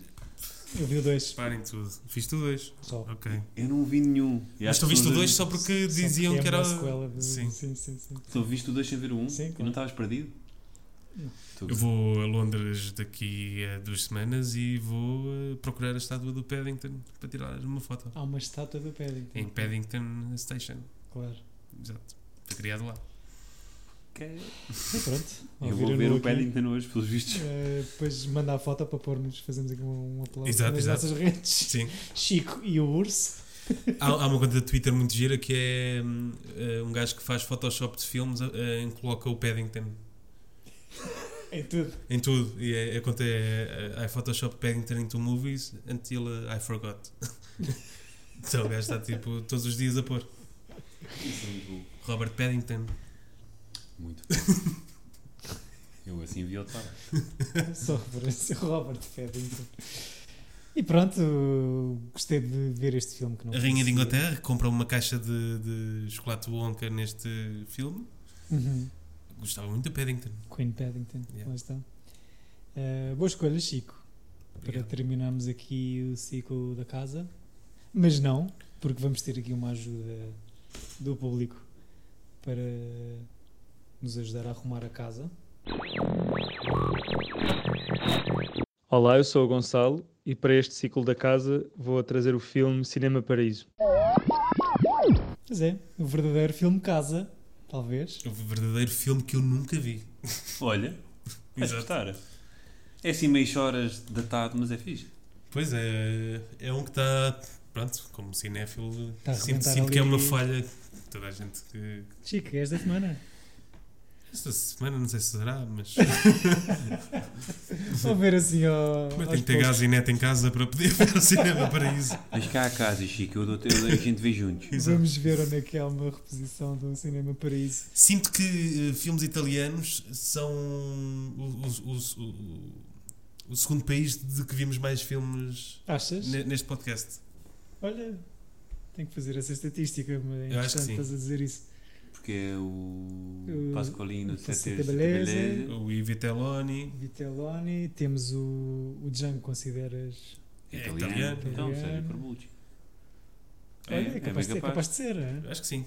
S2: Eu vi o dois
S3: Parem tudo. Fiz tu dois.
S2: só.
S3: Ok.
S4: Eu não vi nenhum. E
S3: Mas
S4: acho
S3: tu
S4: que
S3: viste
S4: são
S3: o 2
S4: os dois-
S3: só porque
S2: Só
S3: diziam
S2: porque um é
S3: que era.
S2: uma sequela de-
S3: Sim.
S2: sim, sim, sim.
S4: Só viste o 2 sem ver o 1?
S2: Sim,
S4: E não
S2: claro.
S4: estavas perdido?
S2: Não.
S4: Tu-
S3: Eu vou a Londres daqui a duas semanas e vou eh, procurar a estátua do Paddington para tirar uma foto.
S2: Há uma estátua do Paddington.
S3: Em Paddington Station.
S2: Claro.
S3: Exato. Foi criado lá.
S2: E pronto.
S4: é? Eu vou
S2: ouviram-no
S4: ver o
S2: aqui.
S4: Paddington hoje, pelos vistos.
S2: Eh, depois manda a foto para pormos, fazemos aqui um, um aplauso
S3: Exato,
S2: nas
S3: exato.
S2: nossas redes.
S3: Sim.
S2: Chico e o urso.
S3: Há, há uma conta de Twitter muito gira que é hum, eh, um gajo que faz Photoshop de filmes eh, em que coloca o Paddington
S2: Em tudo.
S3: em tudo. E é- a conta é eh, I Photoshop Paddington into movies until eh, I forgot. então o gajo está tipo todos os dias a pôr.
S4: Isso é muito bom.
S3: Robert Paddington.
S4: Muito. Eu assim vi o tal.
S2: Só referência ao Robert Paddington. E pronto, gostei de ver este filme que não
S3: A Rainha
S2: conhecia.
S3: de Inglaterra compra uma caixa de, de chocolate Wonka neste filme.
S2: Uhum.
S3: Gostava muito do Paddington.
S2: Queen Paddington,
S3: Yeah.
S2: lá está. Eh, boa escolha, Chico, para
S3: Obrigado.
S2: terminarmos aqui o ciclo da casa. Mas não, porque vamos ter aqui uma ajuda do público para nos ajudar a arrumar a casa.
S7: Olá, eu sou o Gonçalo e para este ciclo da casa vou trazer o filme Cinema Paraíso.
S2: Pois é, o verdadeiro filme casa talvez.
S3: O verdadeiro filme que eu nunca vi.
S4: Olha, vais
S3: Exato.
S4: gostar. É assim meio choras datado, mas é fixe.
S3: Pois é, é um que está, pronto, como cinéfilo,
S2: Tá a
S3: sinto,
S2: arrebentar
S3: sinto que é
S2: ali.
S3: uma falha que toda a gente que.
S2: Chico, és da semana.
S3: Esta semana não sei se será, mas.
S2: Então, Vou ver assim ao.
S3: Eu
S2: aos
S3: tenho é que ter
S2: poucos.
S3: gás e neto em casa para poder ver o cinema paraíso.
S4: Mas cá a casa, Chico, eu dou-te, eu dou- a gente vê juntos.
S3: Exato.
S2: Vamos ver onde é que há uma reposição de um cinema paraíso.
S3: Sinto que eh, filmes italianos são o, o- o- o- o segundo país de que vimos mais filmes
S2: Achas?
S3: ne- neste podcast.
S2: Olha, tenho que fazer essa estatística, mas é
S3: Eu acho que
S2: interessante
S3: sim.
S2: estás a dizer isso.
S4: Porque é o
S2: O-
S4: Pascolino,
S2: o Sete
S4: Sete
S2: Beleza.
S4: Beleza.
S3: O Iviteloni
S2: Vitelloni, temos o, o Django, consideras.
S3: é
S4: Italiano.
S3: italiano.
S4: Então,
S2: Italiano.
S4: Sérgio Corbucci.
S3: É,
S2: Olha, é,
S4: é
S2: capaz,
S4: bem
S2: de- é capaz
S4: capaz.
S2: de ser. é?
S3: Eu Acho que sim.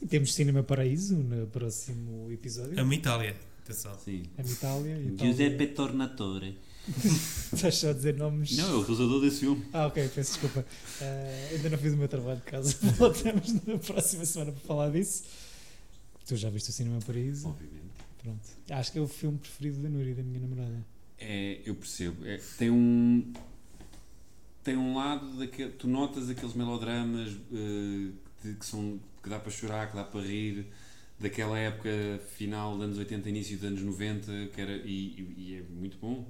S2: E temos Cinema Paraíso no próximo episódio.
S3: Amo Itália. Atenção.
S4: Sim.
S2: É Itália. Itália.
S4: Giuseppe Tornatore.
S2: Estás só a dizer nomes.
S4: Não, é o realizador desse filme.
S2: Ah, ok, peço desculpa. Ah, ainda não fiz o meu trabalho de casa. Voltamos na próxima semana para falar disso. Tu já viste o Cinema Paraíso?
S4: Obviamente.
S2: Pronto. Acho que é o filme preferido da Nuri, da minha namorada.
S4: É, eu percebo. É, tem um. Tem um lado daquele. Tu notas aqueles melodramas eh, que, te- que são, que dá para chorar, que dá para rir, daquela época final dos anos 80, início dos anos 90, que era, e, e- e é muito bom.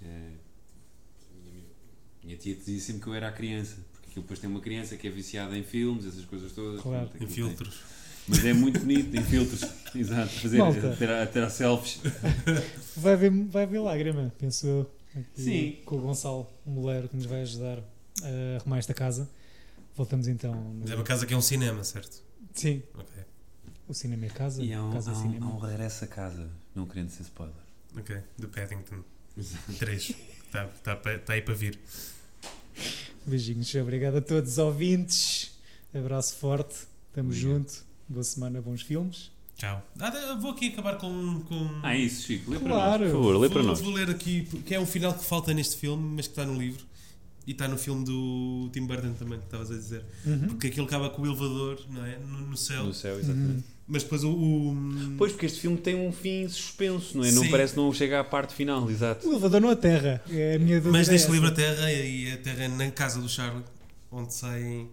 S4: Eh, minha, minha tia dizia sempre que eu era a criança, porque aquilo depois tem uma criança que é viciada em filmes, essas coisas todas.
S2: Claro.
S4: portanto,
S3: Em
S4: aquilo tem-
S3: filtros.
S4: Mas é muito bonito, em filtros. Exato, fazer,
S2: Malta.
S4: ter, ter selfies.
S2: Vai haver, vai haver lágrima, penso eu. aqui
S4: Sim.
S2: Com o Gonçalo um Moleiro, que nos vai ajudar a arrumar esta casa. Voltamos então. no-
S3: Mas é uma casa que é um cinema, certo?
S2: Sim,
S3: Ok.
S2: o cinema é casa.
S4: E há um,
S2: casa é
S4: há um-
S2: cinema.
S4: há um regresso a casa, não querendo ser spoiler.
S3: Ok. Do Paddington 3. Está tá, pa- tá aí para vir.
S4: um-
S2: Beijinhos, obrigado a todos os ouvintes. Abraço forte, tamo
S4: Obrigado.
S2: junto. Boa semana, bons filmes.
S3: Tchau. Ah, eu vou aqui acabar com. com...
S4: Ah, é isso, Chico, lê para nós.
S2: Claro.
S4: Por favor, lê para
S3: vou,
S4: nós.
S3: vou ler aqui, que é um final que falta neste filme, mas que está no livro. E está no filme do Tim Burton também, que estavas a dizer.
S4: Uhum.
S3: Porque aquilo acaba com o elevador, não é? No, no céu.
S4: No céu, exatamente.
S3: Mas depois o. o-
S4: Uhum. Pois, porque este filme tem um fim suspenso, não é? Não
S3: Sim.
S4: parece que não chega à parte final, exato.
S2: O elevador não a terra. É a minha dúvida.
S3: mas
S2: é
S3: neste
S2: essa.
S3: livro a Terra e a Terra é na casa do Charlie, onde saem,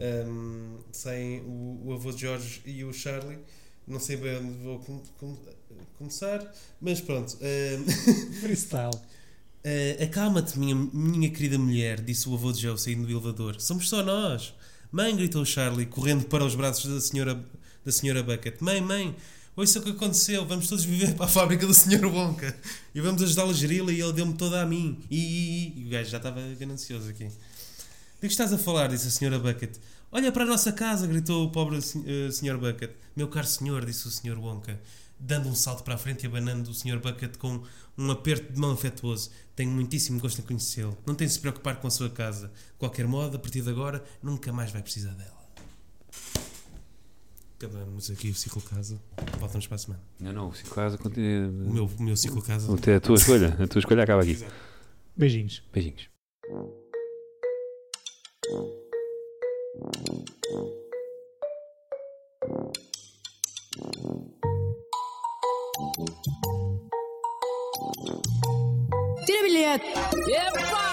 S3: ahm, saem o, o avô de Jorge e o Charlie. Não sei bem onde vou com- com- começar, mas pronto. hum, ahm,
S2: Freestyle.
S3: Eh, Acalma-te, minha, minha querida mulher, disse o avô de Joe saindo do elevador. Somos só nós. Mãe, gritou Charlie, correndo para os braços da senhora, da senhora Bucket. Mãe, mãe, ouça o que aconteceu. Vamos todos viver para a fábrica do Sr. Wonka e vamos ajudá-lo a geri-la. E ele deu-me toda a mim. E, e, e, e o gajo já estava ganancioso aqui. De que estás a falar? disse a senhora Bucket. Olha para a nossa casa, gritou o pobre sen- eh, senhor Bucket. Meu caro senhor, disse o senhor Wonka, dando um salto para a frente e abanando o senhor Bucket com um aperto de mão afetuoso. Tenho muitíssimo gosto em conhecê-lo. Não tem de se preocupar com a sua casa. De qualquer modo, a partir de agora, nunca mais vai precisar dela. Acabamos aqui o ciclo casa. Voltamos para a semana.
S4: Não, não, o Chico Casa continua.
S3: O meu, o meu ciclo casa.
S4: A tua escolha, a tua escolha acaba aqui.
S2: Beijinhos.
S4: Beijinhos.
S8: Tira bilhete. Epa!